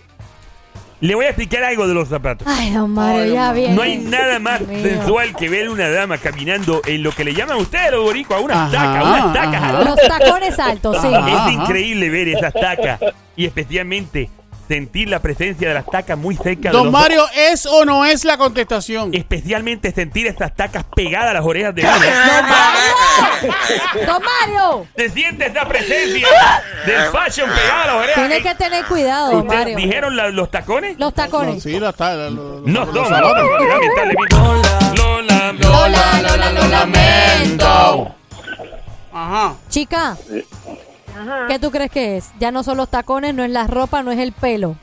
S1: Le voy a explicar algo de los zapatos.
S2: Ay, don Mario,
S3: Ay, don
S2: ya
S3: Mario.
S2: viene.
S1: No hay nada más
S2: Dios mío.
S1: sensual que ver una dama caminando en lo que le llaman ustedes los boricuas, unas
S3: Ajá,
S1: tacas, unas tacas.
S3: ajá.
S2: Ah. Los tacones altos, sí.
S3: Ajá.
S1: Es increíble ver esas tacas y especialmente sentir la presencia de las tacas muy cerca de
S3: Don
S1: los-
S3: Mario, ¿es o no es la contestación?
S1: Especialmente sentir estas tacas pegadas a las orejas de una.
S2: ¡Don Mario! ¡Don Mario!
S1: Se siente esa presencia del fashion pegada a las orejas.
S2: Tiene que tener cuidado, don
S1: ¿Ustedes
S2: Mario.
S1: dijeron la- los tacones?
S2: Los
S3: No,
S2: tacones.
S3: sí, la está. la- la-
S1: No
S3: los
S1: son,
S3: zapatos.
S1: lamentablemente. Lola,
S2: Lola, Lola, lo lamento.
S3: Ajá.
S2: Chica,
S4: Ajá.
S2: ¿qué tú crees que es? Ya no son los tacones, no es la ropa, no es el pelo.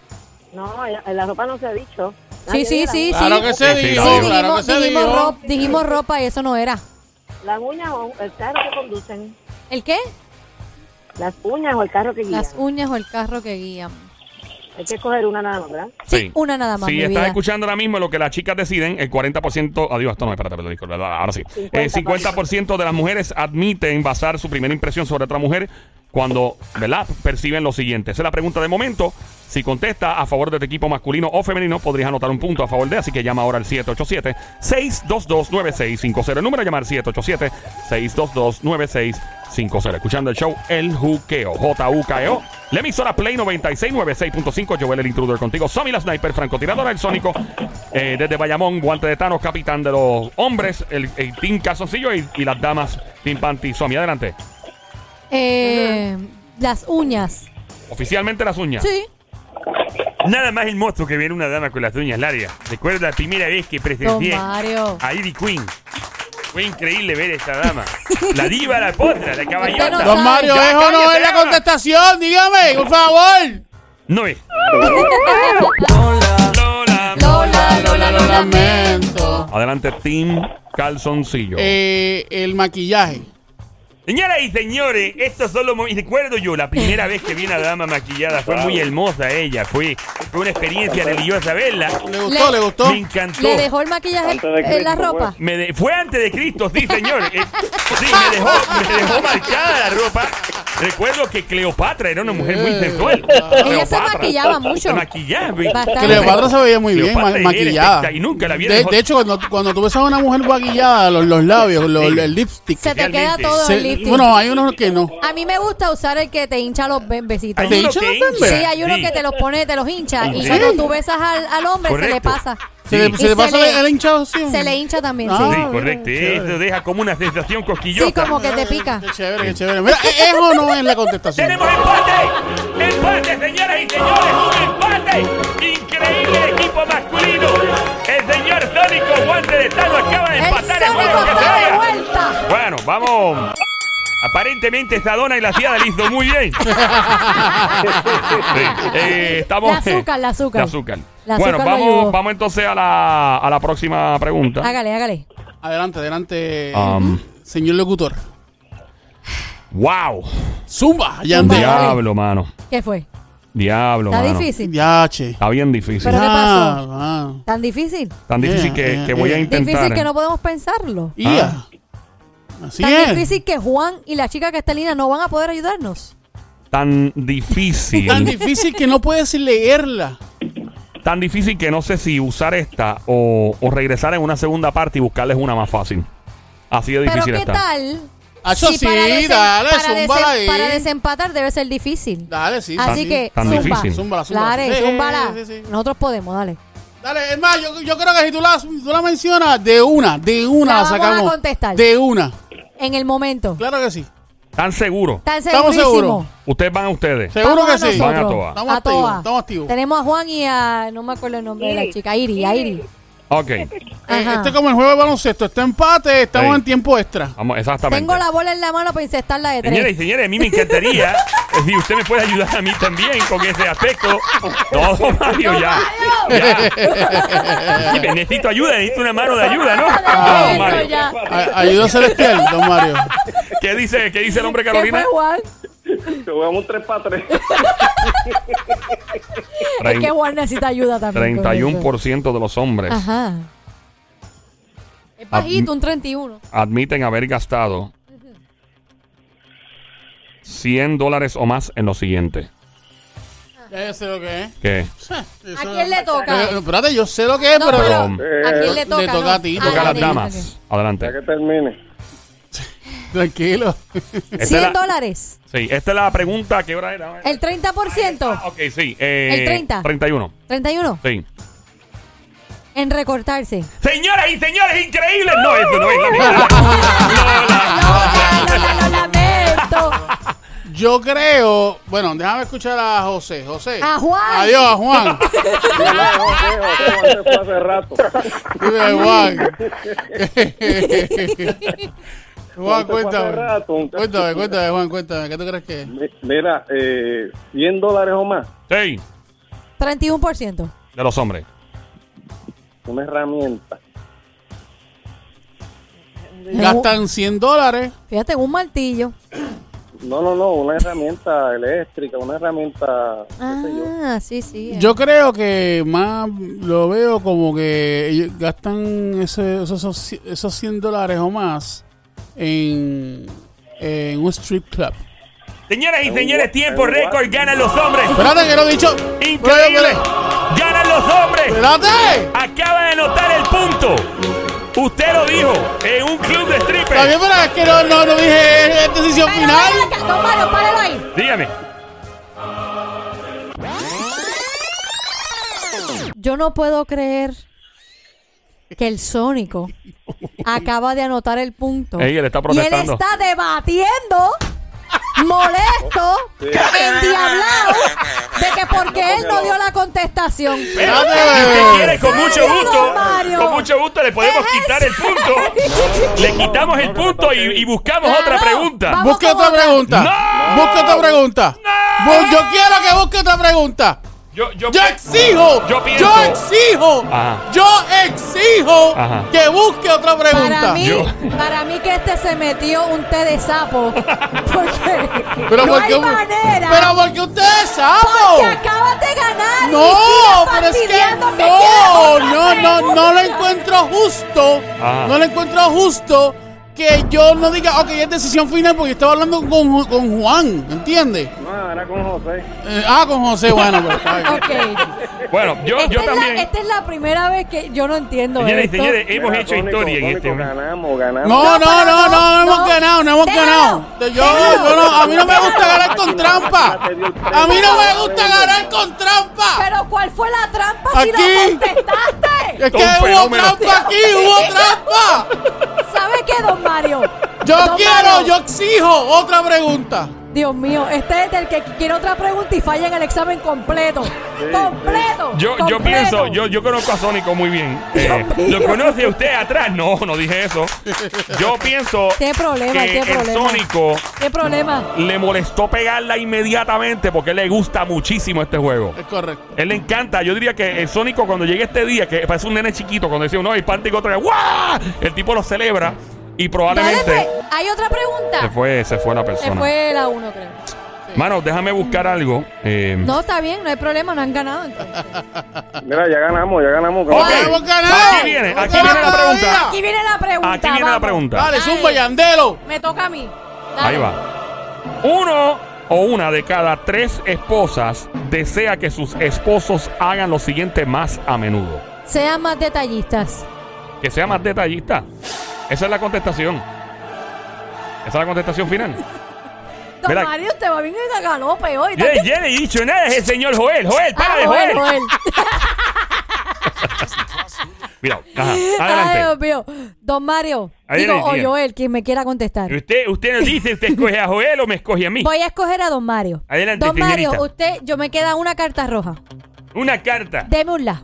S4: No, la, la ropa no se ha dicho.
S2: Sí,
S4: Nadie
S2: sí,
S4: dijo
S2: sí, sí.
S3: Claro que se
S1: Sí, sí,
S3: dijo,
S1: sí.
S3: claro que
S2: dijimos,
S3: se
S2: dijimos
S3: dijo.
S2: ro- dijimos ropa y eso no era.
S4: Las, las uñas o el carro que conducen.
S2: ¿El qué?
S4: Las uñas o el carro que guían.
S2: Las uñas o el carro que guían.
S4: Hay que escoger una nada más, ¿verdad?
S2: Sí, una nada más,
S1: Si
S2: mi
S1: estás
S2: vida.
S1: escuchando ahora mismo lo que las chicas deciden, el 40%, adiós, esto no, espérate, perdón, disculpa, Eh, ahora sí. El 50% de las mujeres admiten basar su primera impresión sobre otra mujer cuando, ¿verdad?, perciben lo siguiente. Esa es la pregunta de momento. Si contesta a favor de tu equipo masculino o femenino, podrías anotar un punto a favor de, así que llama ahora al 787-622-9650. El número a llamar 787-622-9650. Escuchando el show El Juqueo, J-U-K-E-O. E La emisora Play 96, 96.5, Joel el Intruder contigo, Sammy la Sniper, francotiradora, el Sónico, eh, desde Bayamón, Guante de Thanos, capitán de los hombres, el, el Team Calzoncillo y, y las damas, Team Panty. Somi, adelante.
S2: Eh, las uñas.
S1: Oficialmente las uñas.
S2: Sí.
S8: Nada más hermoso que viene una dama con las uñas largas. Recuerdo la primera vez que
S2: Don
S8: presencié
S2: Mario.
S8: a Ivy Queen. Fue increíble ver a esta dama. La diva, la potra, la caballota.
S2: Usted
S3: Don
S2: Ay,
S3: Mario,
S8: ya,
S3: ¿es o no
S8: cállate,
S3: es la
S8: Ana.
S3: contestación? Dígame, por favor.
S8: No es.
S2: Lola, Lola,
S3: Lo
S2: Lola.
S3: lamento.
S1: Adelante, Team Calzoncillo.
S3: Eh, el maquillaje.
S8: Señoras y señores, estos son los momentos. Recuerdo yo, la primera vez que vi a una dama maquillada fue muy hermosa ella. Fue, fue una experiencia religiosa verla.
S3: ¿Le gustó? ¿Le,
S2: Le-
S3: gustó?
S8: Me encantó.
S2: Le dejó el maquillaje
S6: Antes de
S2: en la
S6: Cristo,
S2: ropa.
S1: pues.
S8: Me de- fue antes de Cristo, sí, señor. Eh, sí, me dejó, me dejó marcada la ropa. Recuerdo que Cleopatra era una mujer muy
S3: Eh,
S8: sensual.
S2: Ella se maquillaba mucho.
S8: Se maquillaba. y-
S2: Bastante.
S3: Cleopatra se veía muy bien, ma-
S8: Cleopatra era
S3: maquillada.
S8: espectac- Y nunca la vi
S3: De, de hecho, cuando, cuando tú ves a una mujer maquillada, los, los labios, los-
S8: Sí.
S3: el lipstick.
S2: Se te queda
S8: realmente.
S2: todo
S3: se-
S2: el lipstick. Ah,
S3: bueno, hay unos que no.
S2: a mí me gusta usar el que te hincha los be- besitos.
S3: ¿Te hincha los
S8: hincha.
S3: bembes?
S2: Sí, hay uno que te los pone, te los hincha. Y
S8: Sí.
S2: cuando tú besas al, al hombre, se le
S8: Correcto.
S2: pasa.
S3: ¿Se, le-
S8: Sí.
S3: se
S2: Y
S3: le
S2: se
S3: pasa
S2: le-
S3: el hinchado así?
S2: Se le hincha también,
S3: Ah,
S8: Sí,
S3: mira,
S8: correcto.
S3: qué
S8: Eso
S3: chévere.
S8: deja como una sensación
S2: sí. Sí,
S8: cosquillosa.
S2: como que te pica.
S3: Qué chévere, qué chévere. Mira, e-, ¿es o no es la contestación?
S8: ¡Tenemos empate! ¡Empate, señoras y señores! ¡Un empate! ¡Increíble el equipo masculino! El señor Sónico Guante de Tano acaba de
S2: El Sónico
S8: empatar el juego que se
S2: está de
S8: vaya.
S2: vuelta.
S8: Bueno, vamos. Aparentemente esta dona y la ciudad le hizo muy bien. Sí, eh, estamos,
S2: La azúcar, la azúcar.
S1: La azúcar.
S2: La azúcar
S1: bueno,
S2: lo
S1: vamos,
S2: ayudó.
S1: vamos entonces a la, a la próxima pregunta.
S2: Hágale, hágale.
S3: Adelante, adelante,
S1: Um,
S3: señor locutor.
S1: wow.
S3: Zumba, ya
S2: Zumba.
S3: andé.
S2: Vale.
S1: Diablo, mano.
S2: ¿Qué fue?
S1: Diablo,
S2: ¿Está
S1: mano.
S2: difícil?
S3: Ya, che.
S1: Está bien difícil.
S2: Pero- ¿qué
S3: Ah,
S2: pasó?
S3: ah.
S2: ¿Tan difícil?
S1: Tan difícil
S3: Yeah,
S1: que,
S3: yeah,
S1: que voy a
S3: yeah.
S1: intentar.
S2: Difícil que no podemos pensarlo.
S3: Ya.
S1: Ah.
S3: Así
S2: Tan
S3: es.
S2: difícil que Juan y la chica que está en línea no van a poder ayudarnos.
S1: Tan difícil.
S3: Tan difícil que no puedes leerla.
S1: tan difícil que no sé si usar esta o, o regresar en una segunda parte y buscarles una más fácil. Así de
S2: Pero
S1: difícil
S2: ¿qué
S1: está.
S2: tal?
S3: Hacho, sí,
S2: desem-
S3: dale,
S2: para,
S3: zúmbala ahí.
S2: para desempatar debe ser difícil.
S3: Dale, sí.
S2: Así
S3: sí.
S2: que,
S1: tan
S2: zumba.
S1: difícil.
S3: Zúmbala, zúmbala.
S2: Dale,
S3: Sí,
S2: zúmbala.
S3: sí, sí.
S2: Nosotros podemos, dale.
S3: Dale, es más, yo, yo creo que si tú la, tú la mencionas, de una, de una
S2: La
S3: la,
S2: vamos a
S3: sacamos.
S2: contestar.
S3: De una.
S2: En el momento.
S3: Claro que sí.
S1: Tan seguro.
S2: Tan
S3: Estamos
S2: segurísimo.
S3: seguros.
S1: Ustedes van a ustedes.
S3: Seguro que sí.
S1: Van a toa.
S3: Estamos activos, estamos activos.
S2: Tenemos a Juan y a. No me acuerdo el nombre de la
S4: Iri.
S2: chica. a Iri, a Iri.
S1: Ok.
S3: Eh,
S2: Ajá.
S3: este es como el juego de baloncesto. Está empate, estamos
S1: Sí.
S3: en tiempo extra.
S1: Vamos, exactamente.
S2: Tengo la bola en la mano para incestarla de
S8: Señores
S2: tres.
S8: y señores, a mí me encantaría eh, si usted me puede ayudar a mí también con ese aspecto. Todo Mario ya. ya. Sí, me necesito ayuda, necesito una mano de ayuda, ¿no?
S2: Ah,
S8: No, Mario.
S2: ya.
S3: A- ayuda celestial, don Mario.
S1: ¿Qué dice, ¿Qué dice el hombre
S2: ¿Qué
S1: Carolina?
S2: fue, Juan?
S6: Te voy a un 3 para 3.
S2: Es que Juan necesita ayuda también. con eso.
S1: 31% de los hombres
S2: Ajá. Es bajito, un 31.
S1: admiten haber gastado 100 dólares o más en lo siguiente.
S3: Ya yo sé lo que es.
S1: ¿Qué?
S2: ¿A quién le toca?
S3: Eh, espérate, yo sé lo que es,
S2: No,
S3: pero.
S2: pero-
S1: Rom.
S2: ¿A quién le toca?
S3: Le toca
S2: No.
S3: a ti, toca
S1: Toca
S2: Ah,
S1: a las
S2: ok, ok.
S1: damas.
S6: Ya
S1: Adelante.
S6: que termine.
S3: Tranquilo.
S1: Esta es
S2: 100
S1: la-
S2: dólares.
S1: sí, esta es la pregunta. ¿Qué hora era?
S2: El 30%.
S1: Ok, sí. eh,
S2: El 30.
S1: 31.
S2: 31.
S1: Sí.
S2: En recortarse.
S8: Señoras y señores, increíble. No, eso no es la misma.
S1: Ah,
S2: Lola, lo lamento.
S3: Yo creo. Bueno, déjame escuchar a José. José.
S2: A Juan.
S3: Adiós, a Juan.
S6: José, José, José, hace rato.
S3: Dime, Juan. Juan,
S6: Juan, te fue hace
S3: cuéntame.
S6: rato.
S3: Cuéntame, cuéntame, Juan, cuéntame. ¿Qué tú crees que es?
S6: Mi- Mira, eh, 100 dólares o más.
S1: Sí.
S2: 31%.
S1: De los hombres.
S6: Una herramienta.
S3: Gastan 100 dólares.
S2: Fíjate, un martillo.
S6: No, no, no, una herramienta eléctrica, una herramienta, qué sé yo.
S2: Ah, sí, sí. eh.
S3: Yo creo que más lo veo como que ellos gastan ese- esos, esos, esos 100 dólares o más en, en un strip club.
S8: Señoras y señores, tiempo récord, ganan los hombres.
S3: Espérate, que lo he dicho.
S8: Increíble.
S3: pues.
S8: Ganan los hombres.
S3: Espérate.
S8: Acaba de anotar el punto. Usted lo dijo en un club de
S3: Está bien,
S8: strippers.
S3: pero es que no, no, no dije eh, decisión
S7: Pero
S3: final.
S7: ven acá, don Mario, páralo ahí.
S8: Dígame.
S2: Yo no puedo creer que el Sónico acaba de anotar el punto.
S1: Ey, él está
S2: Y él
S1: protestando.
S2: está debatiendo, molesto,
S8: Oh,
S2: endiablado, de que porque él no dio la contestación.
S8: Pero,
S3: Espérate.
S8: si usted quiere, con
S2: ¿En
S8: mucho
S2: serio, don
S8: gusto,
S2: Mario?
S8: con mucho gusto le podemos
S2: ¿Es en
S8: quitar el punto. Le quitamos el punto y, y buscamos otra
S2: Claro,
S8: pregunta.
S2: vamos
S3: Busque
S2: con
S3: otra pregunta.
S8: ¡No!
S3: Busque otra pregunta. Bu- Yo quiero que busque otra pregunta.
S8: Yo, yo,
S3: Yo exijo.
S8: Yo pienso.
S3: exijo.
S1: Ajá.
S3: Yo exijo
S1: Ajá.
S3: que busque otra
S2: Para
S3: pregunta.
S2: mí,
S1: Yo-
S2: para mí que este se metió un té de sapo. Porque
S3: Pero
S2: no
S3: porque,
S2: hay manera.
S3: pero porque usted es
S2: porque
S3: sapo.
S2: acabas de ganar.
S3: No,
S2: y sigues
S3: pero es que
S2: fastidiando que
S3: no,
S2: quieres
S3: no,
S2: otra
S3: no, no lo
S2: pregunta.
S3: encuentro justo.
S1: Ajá.
S3: No lo encuentro justo que yo no diga, ok, es decisión final porque estaba hablando con, Ju- con Juan, ¿entiendes?
S2: Ah.
S6: No, era con José.
S3: Eh, ah, con José, bueno, pero está bien.
S2: Ok.
S1: Bueno, yo,
S2: Esta
S1: yo
S2: es la-
S1: también.
S2: esta es la primera vez que yo no entiendo
S1: Señores y
S2: esto.
S1: señores, eh. hemos
S6: Mira,
S1: hecho
S6: Sónico,
S1: historia en
S6: Sónico,
S1: este momento.
S6: Ganamos, ganamos.
S3: No, no,
S2: pero
S3: no, no,
S2: no,
S3: no hemos
S2: no.
S3: ganado, no hemos
S2: Déjalo,
S3: ganado. Yo,
S2: déjalo.
S3: yo no, a mí no me gusta ganar con trampa.
S6: Te dio el premio.
S3: A mí no me gusta ganar con trampa.
S2: Pero ¿cuál fue la trampa si
S3: Aquí.
S2: lo contestaste?
S3: Es que
S1: Un
S3: hubo
S1: fenómeno.
S3: trampa aquí, hubo trampa.
S2: ¿Sabe qué, don Mario?
S3: Yo
S2: Don
S3: quiero,
S2: Mario,
S3: yo exijo otra pregunta.
S2: Dios mío, este es del que quiere otra pregunta y falla en el examen completo. completo.
S1: Yo, yo
S2: completo.
S1: pienso, yo, yo conozco a Sónico muy bien. Eh, ¿Lo conoce usted atrás? No, no dije eso. Yo pienso
S2: Qué problema,
S1: que
S2: qué
S1: el
S2: problema.
S1: Sónico
S2: ¿Qué problema?
S1: le molestó pegarla inmediatamente porque le gusta muchísimo este juego.
S3: Es correcto.
S1: Él le encanta. Yo diría que el Sónico, cuando llegue este día, que parece un nene chiquito, cuando decía uno hispánico, otro, ¡guau! El tipo lo celebra y probablemente.
S2: Dale, pues, ¿Hay otra pregunta?
S1: Se fue, se fue la
S2: Se
S1: persona.
S2: fue la uno, creo.
S1: Mano, déjame buscar algo. eh,
S2: No, está bien, no hay problema, no han ganado. entonces.
S6: Mira, ya ganamos, ya ganamos.
S1: Ok,
S6: ganamos.
S3: Hemos ganado.
S1: Aquí viene,
S3: Hemos
S1: aquí viene la
S3: ganado
S1: pregunta.
S3: todavía.
S2: Aquí viene la pregunta.
S1: Aquí viene la
S2: vamos.
S1: pregunta.
S3: Dale,
S2: Dale.
S3: zumba, Yandelo.
S2: Me toca a mí. Dale.
S1: Ahí va. Uno o una de cada tres esposas desea que sus esposos hagan lo siguiente más a menudo.
S2: Sean más detallistas.
S1: Que sea más detallista. Esa es la contestación. Esa es la contestación final.
S2: Don
S1: Mira-
S2: Mario, te va bien en la galope hoy.
S1: Yo ya le he dicho nada, es el señor Joel. Joel,
S2: Ah,
S1: para de Joel.
S2: Joel, Joel.
S1: Mira, ajá,
S2: Ay, Dios
S1: Ah, adelante.
S2: mío. Don Mario,
S1: Ahí
S2: digo,
S1: viene,
S2: o
S1: bien.
S2: Joel, quien me quiera contestar.
S1: Usted, usted nos dice, usted escoge a Joel o me escoge a mí.
S2: Ah, Voy a escoger a Don Mario.
S1: Adelante,
S2: Don Mario,
S1: señorita.
S2: usted, yo me queda una carta roja.
S1: Una carta.
S2: Deme un la.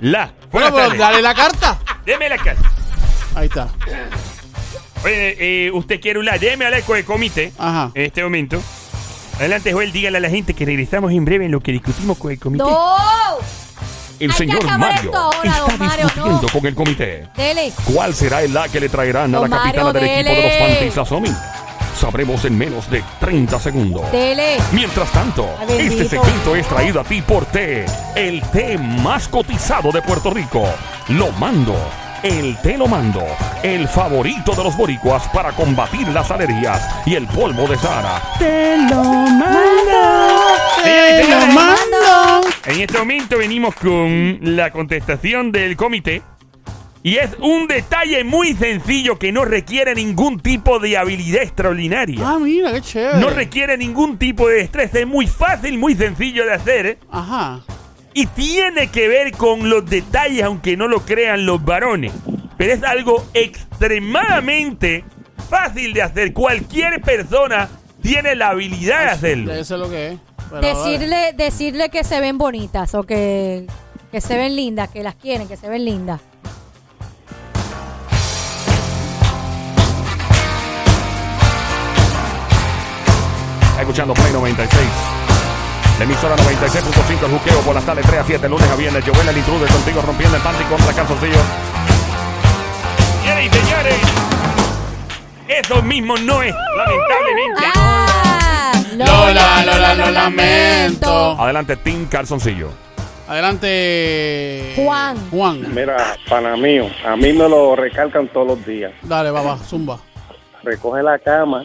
S1: La. Buenas
S3: Bueno, pero
S1: tardes.
S3: dale la carta.
S1: Deme la carta.
S3: Ahí está.
S1: Oye, eh, usted quiere un la. Deme al eco de comité.
S3: Ajá.
S1: en este momento. Adelante, Joel, dígale a la gente que regresamos en breve en lo que discutimos con el comité.
S2: ¡No!
S1: el
S2: hay que
S1: señor
S2: acabar
S1: Mario
S2: esto ahora,
S1: está
S2: don Mario,
S1: discutiendo
S2: no.
S1: con el comité.
S2: Dele.
S1: ¿Cuál será el la que le traerán a
S2: Don
S1: la capitana
S2: Mario,
S1: del equipo de los
S2: dele.
S1: Panties a Somi? Sabremos en menos de 30 segundos.
S2: Dele.
S1: Mientras tanto,
S2: Ay, bendito.
S1: este segmento es traído a ti por té, el té más cotizado de Puerto Rico. Lo mando, el té lo mando, el favorito de los boricuas para combatir las alergias y el polvo de Sahara.
S3: Te lo mando.
S1: En este momento venimos con la contestación del comité. Y es un detalle muy sencillo que no requiere ningún tipo de habilidad extraordinaria.
S3: Ah, mira, qué chévere.
S1: No requiere ningún tipo de destreza. Es muy fácil, muy sencillo de hacer. ¿eh?
S3: Ajá.
S1: Y tiene que ver con los detalles, aunque no lo crean los varones. Pero es algo extremadamente fácil de hacer. Cualquier persona tiene la habilidad de hacerlo.
S3: Ya sé lo que es. pero dale.
S2: Decirle, decirle que se ven bonitas o que, que se ven lindas, que las quieren, que se ven lindas.
S1: Está escuchando Play 96. La emisora 96.5, el juqueo por las tardes 3 a 7, lunes a viernes. Joel, el intruder contigo rompiendo el panty contra el calzoncillo. Señores y señores, eso mismo no es, lamentablemente.
S2: ¡Ah!
S3: Lola, Lola, lo lamento.
S1: Adelante, Team Calzoncillo.
S3: Adelante.
S2: Juan.
S3: Juan.
S6: Mira, pana mío, a mí me lo recalcan todos los días.
S3: Dale, va, va, zumba.
S6: Recoge la cama.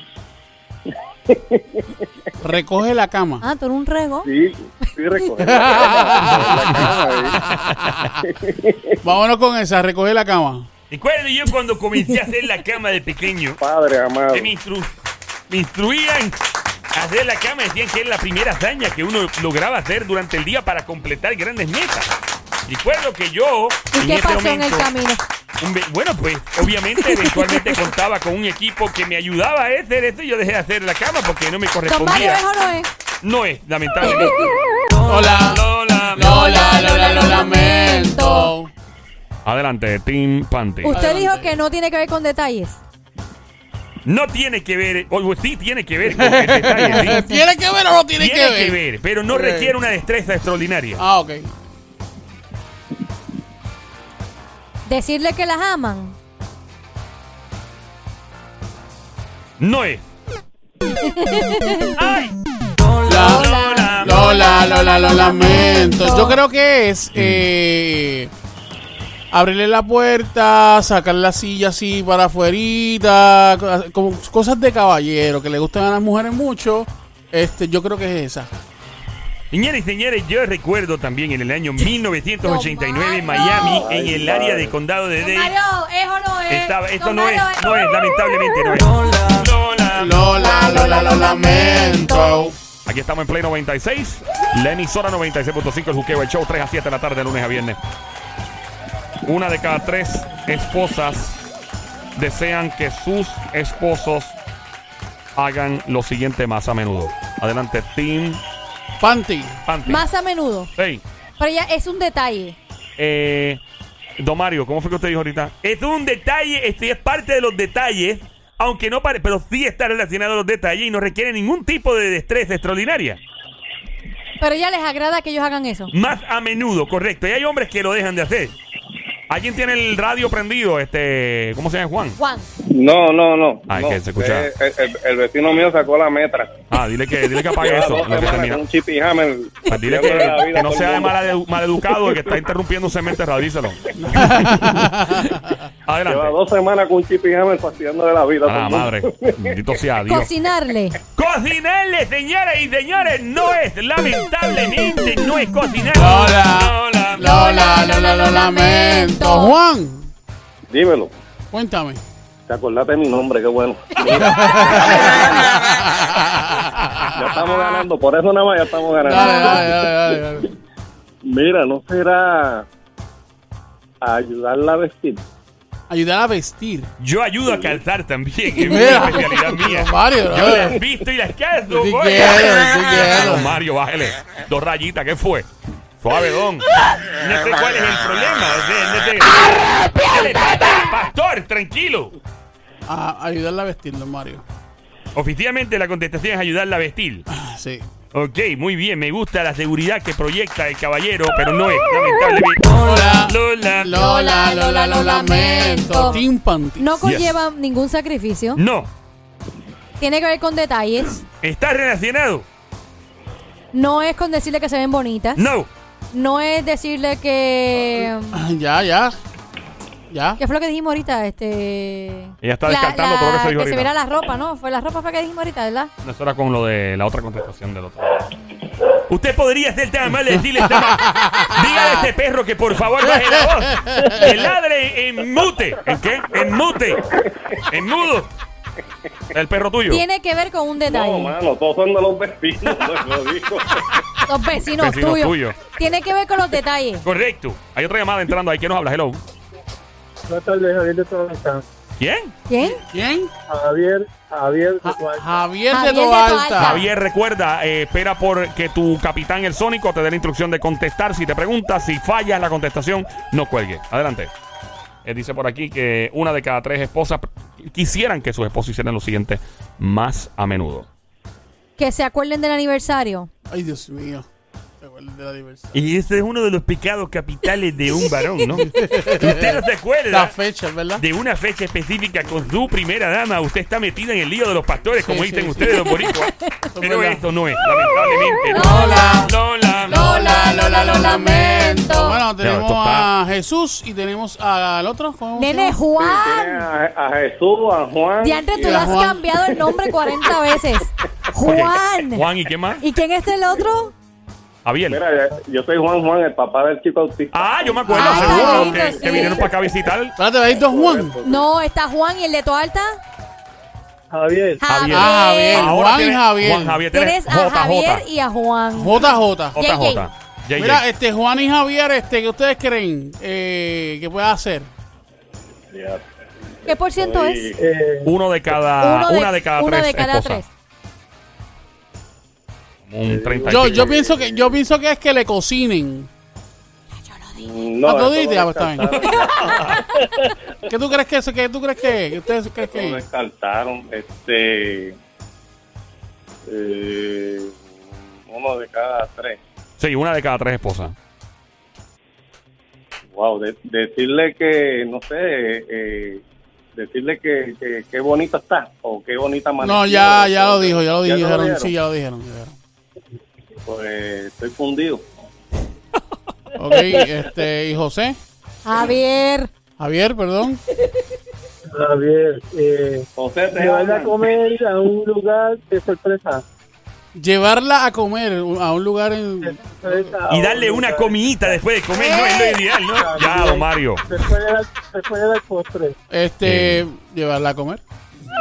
S3: Recoge la cama.
S2: Ah, tú eres un rego.
S6: Sí, sí, recoger la cama, la cama, ¿eh?
S3: Vámonos con esa, recoge la cama.
S1: Recuerdo yo cuando comencé a hacer la cama de pequeño,
S6: Padre amado.
S1: que me, instru- me instruían a hacer la cama, decían que era la primera hazaña que uno lograba hacer durante el día para completar grandes metas. Recuerdo que yo,
S2: ¿Y
S1: en
S2: qué
S1: este
S2: pasó en el
S1: momento,
S2: camino?
S1: un ve- bueno, pues obviamente eventualmente contaba con un equipo que me ayudaba a hacer esto y yo dejé de hacer la cama porque no me
S2: ¿Don Mario
S1: correspondía.
S2: es o no es?
S1: No es, lamentablemente.
S3: Hola.
S1: Lola,
S3: Lola, Lola, lo lamento.
S9: Adelante, Team Panty.
S2: Usted dijo que no tiene que ver con detalles.
S1: No tiene que ver, o sí tiene que ver con el detalle, sí.
S3: Eh, ¿Tiene que ver o no tiene,
S1: Tiene que ver, pero no
S3: Ok.
S1: requiere una destreza extraordinaria.
S3: Ah, ok.
S2: Decirle que las aman.
S1: No es. ¡Ay!
S3: Lola, Lola, Lola, lo lamento. Yo creo que es eh, abrirle la puerta, sacar la silla así para afuerita, co- como cosas de caballero que le gustan a las mujeres mucho. Este, yo creo que es esa.
S1: Señores y señores, yo recuerdo también en el año 1989 en Miami, en el área de condado de Dade.
S2: ¿es o no
S1: Estaba, esto no es, no es, lamentablemente no es. Lola,
S3: Lola, Lola, lo lamento.
S9: Aquí estamos en Play 96, la emisora 96.5, el juqueo, el show 3 a 7 de la tarde, de lunes a viernes. Una de cada tres esposas desean que sus esposos hagan lo siguiente más a menudo. Adelante, Team
S3: Panty.
S9: Panty.
S2: Más a menudo.
S9: Hey,
S2: Pero ya es un detalle.
S9: eh, Don Mario, ¿cómo fue que usted dijo ahorita?
S1: Es un detalle, este es parte de los detalles, aunque no pare, pero sí está relacionado a los detalles y no requiere ningún tipo de destreza extraordinaria.
S2: Pero ya les agrada que ellos hagan eso.
S1: Más a menudo, correcto. Y hay hombres que lo dejan de hacer.
S9: ¿Alguien tiene el radio prendido? Este, ¿Cómo se llama Juan?
S2: Juan,
S6: No, no, no.
S9: Ah, es
S6: no.
S9: que se escucha.
S6: Eh, El, el- el vecino mío sacó la metra.
S9: Ah, dile que, dile que apague
S6: Lleva
S9: eso.
S6: dos
S9: en lo que
S6: semanas
S9: termina.
S6: con un chip y hammer.
S9: Ah, Dile que,
S6: Dándole la vida
S9: que
S6: a
S9: no
S6: todo el
S9: sea de
S6: mundo.
S9: mal, maleducado el que está interrumpiendo un segmento de radio, díselo.
S6: Lleva
S9: Adelante.
S6: dos semanas con un chip y hammer fastidiándole la vida.
S9: A
S6: todo el
S9: la
S6: mundo.
S9: madre. Bendito sea Dios.
S2: cocinarle.
S1: Cocinarle, señoras y señores, no es, lamentablemente, no es cocinar.
S3: Lola,
S1: Lola,
S3: Lola, Lola, lo lamento. Juan,
S6: Dímelo.
S3: cuéntame.
S6: Te acordaste de mi nombre, qué bueno. Ya estamos ganando, por eso nada más ya estamos ganando.
S3: Dale, dale, dale, dale, dale.
S6: Mira, ¿no será ayudarla a vestir?
S3: Ayudar a vestir.
S1: Yo ayudo a calzar también, es una
S3: Mira.
S1: especialidad mía.
S3: Don Mario,
S1: Yo
S3: brother.
S1: las visto y las calzo.
S9: pues.
S3: Sí
S1: voy.
S3: quiero, sí quiero.
S9: Don Mario, bájele. Dos rayitas, ¿qué fue? Suave, don.
S1: No sé cuál es el problema. o sea, no sé. Pastor, tranquilo.
S3: A ayudarla a vestir, don Mario.
S1: Oficialmente la contestación es ayudarla a vestir.
S3: Ah, Sí.
S1: Ok, muy bien, me gusta la seguridad que proyecta el caballero, pero no es, lamentablemente.
S3: Hola.
S1: Lola.
S2: Lola, Lola, lo lamento.
S3: Team Panty.
S2: No conlleva ningún sacrificio.
S1: No,
S2: Tiene que ver con detalles.
S1: está relacionado.
S2: No es con decirle que se ven bonitas.
S1: No,
S2: No es decirle que.
S3: Ah, Ya, ya. Ya.
S2: ¿Qué fue lo que dijimos ahorita? Este.
S9: Ella está descartando todo lo que se dijo
S2: se
S9: ahorita.
S2: viera la ropa, ¿no? Fue la ropa fue que dijimos ahorita, ¿verdad?
S9: No, eso era con lo de la otra contestación del otro.
S1: usted podría ser tan amable de decirle esta Dígale a este perro que por favor baje la voz. Que ladre en mute. ¿En qué? En mute. En mudo.
S9: El perro tuyo.
S2: Tiene que ver con un
S6: No,
S2: detalle.
S6: mano, todos son de los vecinos, te lo digo.
S2: los vecinos,
S9: Vecinos
S2: tuyos.
S9: tuyos.
S2: Tiene que ver con los detalles.
S1: Correcto.
S9: Hay otra llamada entrando ahí. ¿Quién nos habla? Hello.
S7: Buenas tardes, Javier de Tobalta.
S9: ¿Quién?
S2: ¿Quién?
S3: ¿Quién?
S7: Javier, Javier de
S3: Ja-
S7: Tobalta.
S3: Javier de
S2: Javier de
S3: Toalta.
S2: Toalta.
S9: Javier, recuerda, eh, espera por que tu capitán, el Sónico, te dé la instrucción de contestar. Si te pregunta, si fallas la contestación, no cuelgue. Adelante. Él dice por aquí que una de cada tres esposas quisieran que sus esposos hicieran lo siguiente más a menudo.
S2: Que se acuerden del aniversario.
S3: Ay, Dios mío. Se acuerdan de la diversidad.
S1: Y este es uno de los pecados capitales de un varón, ¿no? Usted no se
S3: La
S1: acuerda
S3: fecha, ¿verdad?
S1: de una fecha específica con su primera dama. Usted está metida en el lío de los pastores, como
S3: Sí,
S1: dicen
S3: sí,
S1: ustedes,
S3: sí.
S1: los boricuas. Pero
S3: verdad.
S1: esto no es, lamentablemente.
S2: Lola,
S1: Lola,
S2: Lola, Lola, lo lamento.
S3: Bueno,
S9: Ya,
S3: tenemos
S9: esto está-
S3: a Jesús y tenemos al otro. ¿cómo se
S2: Nene
S3: llama?
S6: Tiene
S2: Juan.
S6: a, a Jesús, a Juan.
S2: Diantre, tú
S3: Y
S2: le
S3: a
S2: has
S3: Juan.
S2: cambiado el nombre 40 veces. Juan.
S1: Juan, ¿y qué más?
S2: ¿Y quién es el otro?
S1: Javier.
S6: Mira, yo soy Juan Juan, el papá del chico autista.
S1: Ah, yo me acuerdo,
S2: Ah,
S1: seguro,
S2: lindo,
S1: que,
S2: sí.
S1: que vinieron para acá a visitar.
S3: Espérate, ahí dos Juan.
S2: No, está Juan y el de Toalta.
S7: Javier,
S1: Javier.
S2: Javier.
S3: Ah, Javier. Juan
S1: tienes-
S3: Javier.
S1: Juan Javier, tienes
S2: Tienes a
S1: JJ.
S2: Javier y a Juan.
S9: Oh,
S3: JJ.
S1: JJ. JJ.
S3: Mira, este Juan y Javier, este, ¿qué ustedes creen eh, que pueda hacer?
S6: Ya.
S2: ¿Qué por ciento es?
S7: eh,
S1: Uno de cada,
S2: Uno de-
S1: Ah, una de cada
S2: una
S1: tres
S2: de cada
S1: esposas.
S2: tres.
S1: Un 30 y
S3: Yo,
S1: pico.
S3: yo pienso que yo pienso que es que le cocinen.
S6: Mm, No,
S3: Ah, tú
S6: eso
S3: dices,
S6: lo
S3: ah, está bien.
S6: descartaron,
S3: ¿Qué tú crees que es? ¿Qué tú crees que es? ¿Qué ustedes creen
S6: eso Lo
S3: que es?
S6: descartaron. Este. eh, uno de cada tres.
S1: Sí, una de cada tres esposas.
S6: Wow, de- decirle que, no sé, eh, decirle que, que, que bonito está o qué bonita manera.
S3: No, ya, ya lo dijo, ya lo dijeron.
S6: dieron?
S3: sí, ya lo dijeron. ya lo dijeron.
S6: Pues estoy fundido.
S3: Ok, este, y José,
S2: Javier.
S3: Javier, perdón.
S7: Javier, eh,
S6: José, te
S7: llevarla a
S6: hablan.
S7: comer a un lugar de sorpresa.
S3: Llevarla a comer a un lugar en...
S7: Sorpresa
S8: Y
S3: Ah,
S7: a un
S8: darle una
S7: lugar.
S8: comidita después de comer, no es
S3: Eh.
S8: lo ideal, ¿no?
S1: Ya, don Mario.
S7: Después de dar- después de dar postre.
S9: Eh.
S3: Este, llevarla a comer.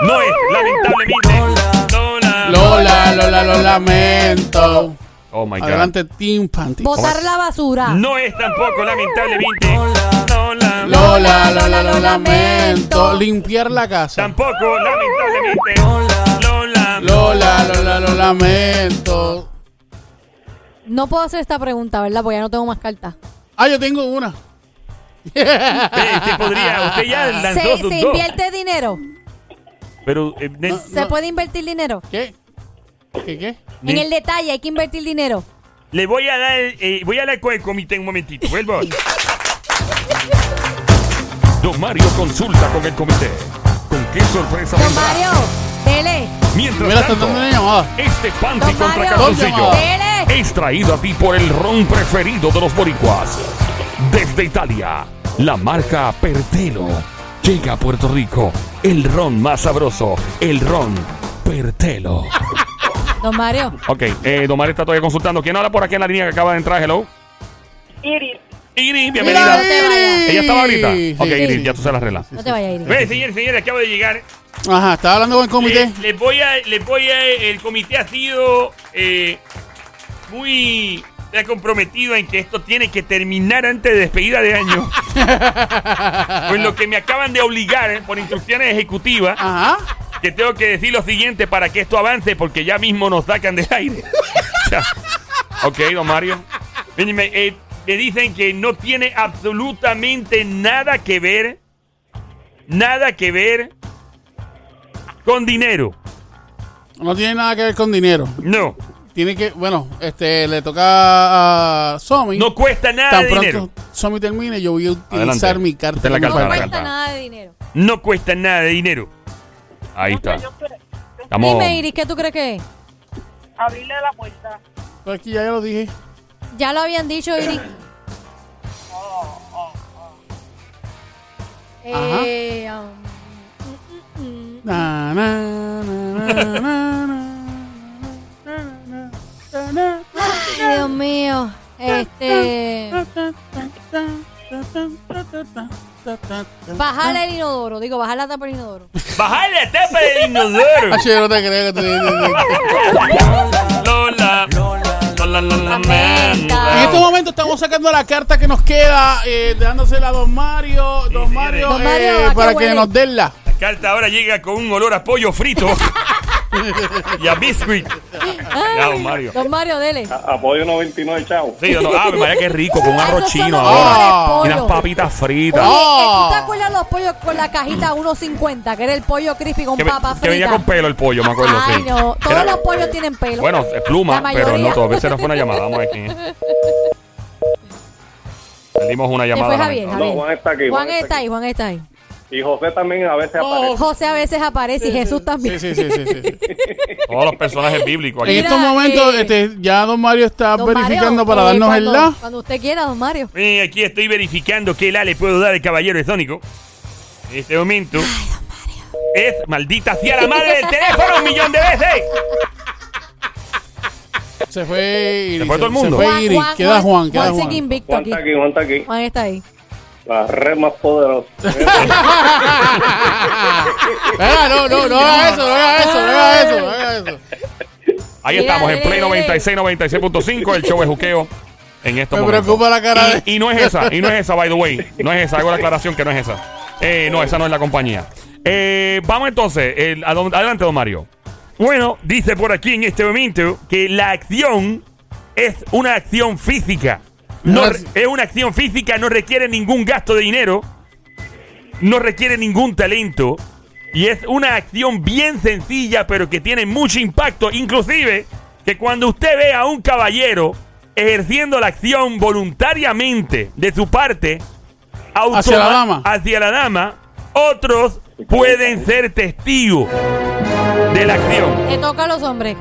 S8: No es, lamentablemente. Lola.
S3: Lola, Lola, lo lamento.
S1: Oh my God.
S3: Adelante, Team Panty.
S2: Botar la basura.
S8: No es tampoco, lamentablemente. Lola.
S3: Lola, Lola, lo lamento. Limpiar la casa.
S8: Tampoco, lamentablemente. Lola.
S3: Lola, Lola, lo lamento.
S2: No puedo hacer esta pregunta, ¿verdad? Porque ya no tengo más cartas.
S3: Ah, yo tengo una.
S8: Eh, usted podría, usted ya lanzó
S2: ¿Se,
S8: sus
S2: se
S8: dos.
S2: invierte dinero?
S8: Pero eh, ne-
S2: ¿Se
S3: No.
S2: puede invertir dinero?
S3: ¿Qué? ¿Qué qué?
S8: Ni-
S2: En el detalle hay que invertir dinero.
S8: le voy a dar, eh, voy a hablar con el comité un momentito. Vuelvo. ahora.
S1: Don Mario consulta con el comité. ¿Con qué sorpresa
S2: Don
S1: vendrá?
S2: Mario, dele.
S1: Mientras
S3: Mira, están
S1: tanto,
S3: dando una llamada.
S1: este panty
S2: Don
S1: contra
S2: Mario,
S1: calzoncillo
S2: dele.
S1: es traído a ti por el ron preferido de los boricuas. Desde Italia, la marca Pertelo. Llega a Puerto Rico el ron más sabroso, el ron Pertelo.
S2: Don Mario.
S1: Ok, eh, Don Mario está todavía consultando. ¿Quién habla por aquí en la línea que acaba de entrar? Hello.
S4: Iris,
S1: Iris,
S2: Mira,
S1: bienvenida.
S2: no te vayas.
S1: Ella estaba ahorita. ok,
S3: Sí,
S1: Iris,
S3: sí.
S1: ya tú se la arreglas.
S2: No te vayas a ir.
S8: Ve, señores, señores, acabo de llegar.
S3: Ajá, estaba hablando con el comité.
S8: Le- les voy a, les voy a, el comité ha sido eh, muy se ha comprometido en que esto tiene que terminar antes de despedida de año. Pues lo que me acaban de obligar eh, por instrucciones ejecutivas,
S3: Ajá.
S8: que tengo que decir lo siguiente para que esto avance, porque ya mismo nos sacan del aire. O sea,
S1: Ok, Don Mario.
S8: Miren, Me, eh, me dicen que no tiene absolutamente nada que ver, nada que ver con dinero.
S3: No tiene nada que ver con dinero.
S8: No,
S3: Tiene que, bueno, este, le toca a Somi.
S8: no cuesta nada
S3: Tan
S8: de dinero.
S3: pronto Somi termine, yo voy a utilizar
S1: Adelante.
S3: mi carta.
S1: Usted la
S3: que me
S2: No
S1: carta, la
S3: falta.
S1: carta.
S2: cuesta nada de dinero.
S8: No cuesta nada de dinero.
S1: Ahí está. Estamos.
S2: Dime, Iris, ¿qué tú crees que es?
S4: abrirle la puerta.
S3: Pero aquí ya, ya lo dije.
S2: Ya lo habían dicho, Iris. Eh, um, mm, mm, mm.
S3: Na, na, na, na, na, na, na, na, na,
S2: Ay, Dios mío. Este.
S3: na.
S2: Bajar el inodoro. Digo, bajar la tapa del inodoro.
S8: Bajar la tapa del inodoro.
S3: Ah, yo no te creo que te-
S8: Lola. Lola, Lola,
S3: En estos
S8: Lola.
S3: momentos estamos sacando la carta que nos queda, eh, dándosela a Don Mario, Don Mario,
S2: Don Mario,
S3: eh,
S2: ¿a qué
S3: para que
S2: huele?
S3: nos denla.
S8: La carta ahora llega con un olor a pollo frito y a biscuit. Ya, don Mario.
S2: Don Mario, dele.
S6: A- Apoyo 99, chao.
S1: Sí, yo no. Ah, María, qué rico, con un
S2: Ah,
S1: arroz
S2: esos son
S1: chino
S2: los
S1: ahora.
S3: ahora.
S1: Y
S2: mejores
S1: unas
S2: pollos.
S1: papitas fritas.
S2: Oye,
S3: ¡Oh!
S2: ¿tú te acuerdas los pollos con la cajita 1.50? Que era el pollo crispy con
S1: Que, ve-
S2: papa frita.
S1: que venía con pelo el pollo, me acuerdo.
S2: Ay,
S1: sí.
S2: no. Todos
S1: Era-
S2: los pollos tienen pelo.
S1: Bueno, es
S2: La
S1: pluma,
S2: mayoría.
S1: pero no todo. Esa no fue una llamada. Vamos a ver quién es. Perdimos una llamada.
S2: fue Javier,
S1: lamentable.
S2: Javier.
S6: No, Juan está aquí.
S2: Juan está ahí, Juan está ahí.
S6: Y José también a veces aparece.
S2: Oh, José a veces aparece y Jesús
S3: Sí,
S2: también.
S3: sí, sí, sí, sí.
S1: Todos los personajes bíblicos
S3: En
S1: aquí.
S2: Mira,
S3: estos momentos,
S2: eh,
S3: este, ya Don Mario está
S2: Don
S3: verificando
S2: Mario,
S3: para
S2: eh,
S3: darnos el
S2: cuando-
S3: la.
S2: Cuando usted quiera, don Mario.
S8: Eh, aquí estoy verificando qué la le puedo dar al caballero estónico. En este momento. Es maldita sea la madre del teléfono un millón de veces.
S3: Se fue Iris.
S1: Se fue todo el mundo.
S3: Se fue Iris. queda Juan, queda
S2: sigue
S3: Juan.
S2: invicto
S6: Juan
S2: aquí.
S6: está aquí, Juan está aquí.
S2: Juan está ahí.
S6: La red más poderosa.
S3: Venga, no, no, no haga eso, no haga eso, no haga eso, no haga eso.
S1: Ahí
S2: Mira,
S1: estamos, en
S2: mira,
S1: Play
S2: mira.
S1: 96, 96.5, el show de juqueo. En estos
S3: Me
S1: momentos.
S3: preocupa la cara de-
S1: y, y no es esa, y no es esa, by the way. No es esa, hago la aclaración que no es esa. Eh, no, esa no es la compañía. Eh, vamos entonces, el- a don- adelante, don Mario.
S8: Bueno, dice por aquí en este momento que la acción es una acción física. No
S3: Ahora
S8: re-
S3: sí.
S8: es una acción física, no requiere ningún gasto de dinero, no requiere ningún talento y es una acción bien sencilla pero que tiene mucho impacto, inclusive que cuando usted ve a un caballero ejerciendo la acción voluntariamente de su parte automa-
S3: Hacia la dama.
S8: hacia la dama, otros pueden ser testigos de la acción.
S2: Le toca a los hombres.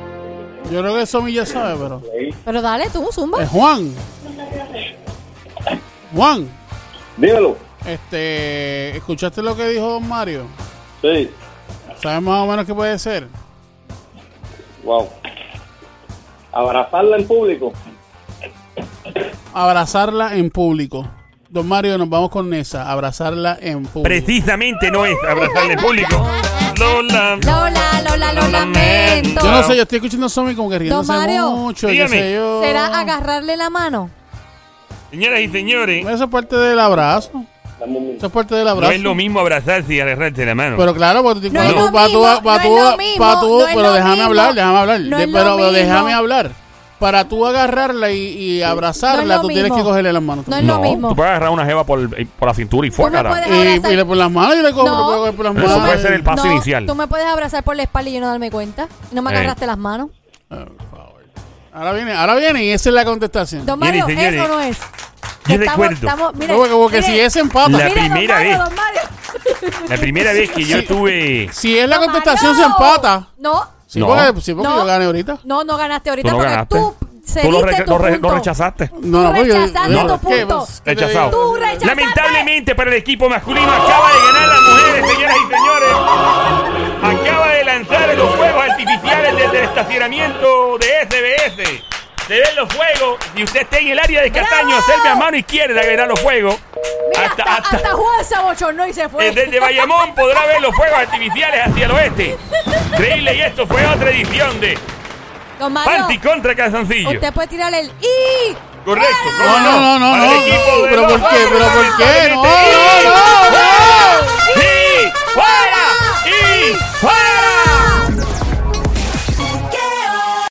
S3: Yo creo que Somi ya sabe, pero.
S2: Pero dale, tú, zumba.
S3: Es Juan. Juan,
S6: Dímelo.
S3: este. ¿Escuchaste lo que dijo don Mario?
S6: Sí.
S3: ¿Sabes más o menos qué puede ser?
S6: Wow. Abrazarla en público.
S3: Abrazarla en público. Don Mario, nos vamos con esa. Abrazarla en público.
S8: Precisamente no es abrazarle al público. Lola.
S2: Lola, Lola, lo lamento.
S3: Yo no sé, yo estoy escuchando a Somi como que riéndose
S2: Mario.
S3: mucho. qué
S8: Dígame.
S3: sé yo.
S2: ¿Será agarrarle la mano?
S8: Señoras y señores,
S3: Eso es parte del abrazo.
S6: Dame un minuto.
S3: Eso es parte del abrazo.
S8: no es lo mismo abrazarse y agarrarse la mano.
S3: Pero claro, porque
S2: No es
S3: cuando
S2: lo
S3: pa' tú,
S2: mismo,
S3: pa'
S2: no
S3: tú-
S2: es lo
S3: pa'
S2: mismo,
S3: tú-
S2: no es
S3: pero
S2: lo
S3: déjame
S2: mismo.
S3: hablar, déjame hablar.
S2: No
S3: De-
S2: es lo
S3: pero, pero
S2: mismo.
S3: déjame hablar. Para tú agarrarla y, y abrazarla,
S2: lo
S3: tú tienes que
S2: mismo.
S3: cogerle las manos.
S2: No es lo mismo.
S1: Tú puedes agarrar una jeva por, el- por la cintura y fuera.
S2: puedes-
S3: y, y le por las manos, yo le cojo,
S2: No.
S3: le puedo coger por las
S1: Eso
S3: manos.
S1: puede ser el paso
S2: No,
S1: inicial.
S2: Tú me puedes abrazar por la espalda y yo no darme cuenta. Y no me
S1: Eh.
S2: agarraste las manos.
S3: Ahora viene, ahora viene y esa es la contestación.
S2: Don Mario,
S8: Jenny,
S2: ¿es
S8: señores,
S2: o no es?
S8: yo
S2: Estamos-
S8: recuerdo
S2: estamos- mire,
S3: Como que- como que
S2: mire,
S3: si es empata.
S8: La
S2: mire, don
S8: primera
S2: Mario,
S8: vez.
S2: don Mario.
S8: la primera vez que yo
S3: Sí.
S8: tuve.
S3: si es la
S2: Don
S3: contestación, se
S2: Mario.
S3: empata.
S2: No,
S3: Sí,
S1: No.
S3: porque, sí, porque
S2: No.
S3: yo gané ahorita.
S2: no, no ganaste ahorita
S1: Tú no
S2: porque
S1: ganaste.
S2: tú
S1: Tú lo,
S2: cediste
S1: re-
S2: tu
S1: lo re- lo
S2: punto.
S1: rechazaste.
S3: No, no,
S2: Tú
S3: pues yo-
S2: rechazaste
S3: yo-
S2: tu
S3: ¿qué?
S2: punto.
S3: Pues, ¿qué te
S1: Rechazado.
S3: digo?
S2: Tú rechazaste. pues.
S8: Lamentablemente para el equipo masculino acaba de ganar las mujeres, señoras y señores. Acaba de lanzar los fuegos artificiales desde el estacionamiento de SBS. Se ven los fuegos y usted está en el área de Cataño,
S2: ¡Bravo!
S8: hacerme a mano izquierda que verá los fuegos.
S2: Mira, hasta, hasta, Juan se abochornó y se fue.
S8: Eh, Desde Bayamón podrá ver los fuegos artificiales hacia el oeste. Increíble, y esto fue otra edición de
S2: Don
S8: Panty
S2: Mario,
S8: contra Calzoncillo.
S2: Ah, usted puede tirar el ¡Y!
S8: Correcto.
S3: No, no, no, no,
S8: Para el
S3: no,
S8: equipo
S3: no,
S8: de
S3: pero
S8: los
S3: ¿por qué? ¿Pero por qué?
S8: Lamentablemente,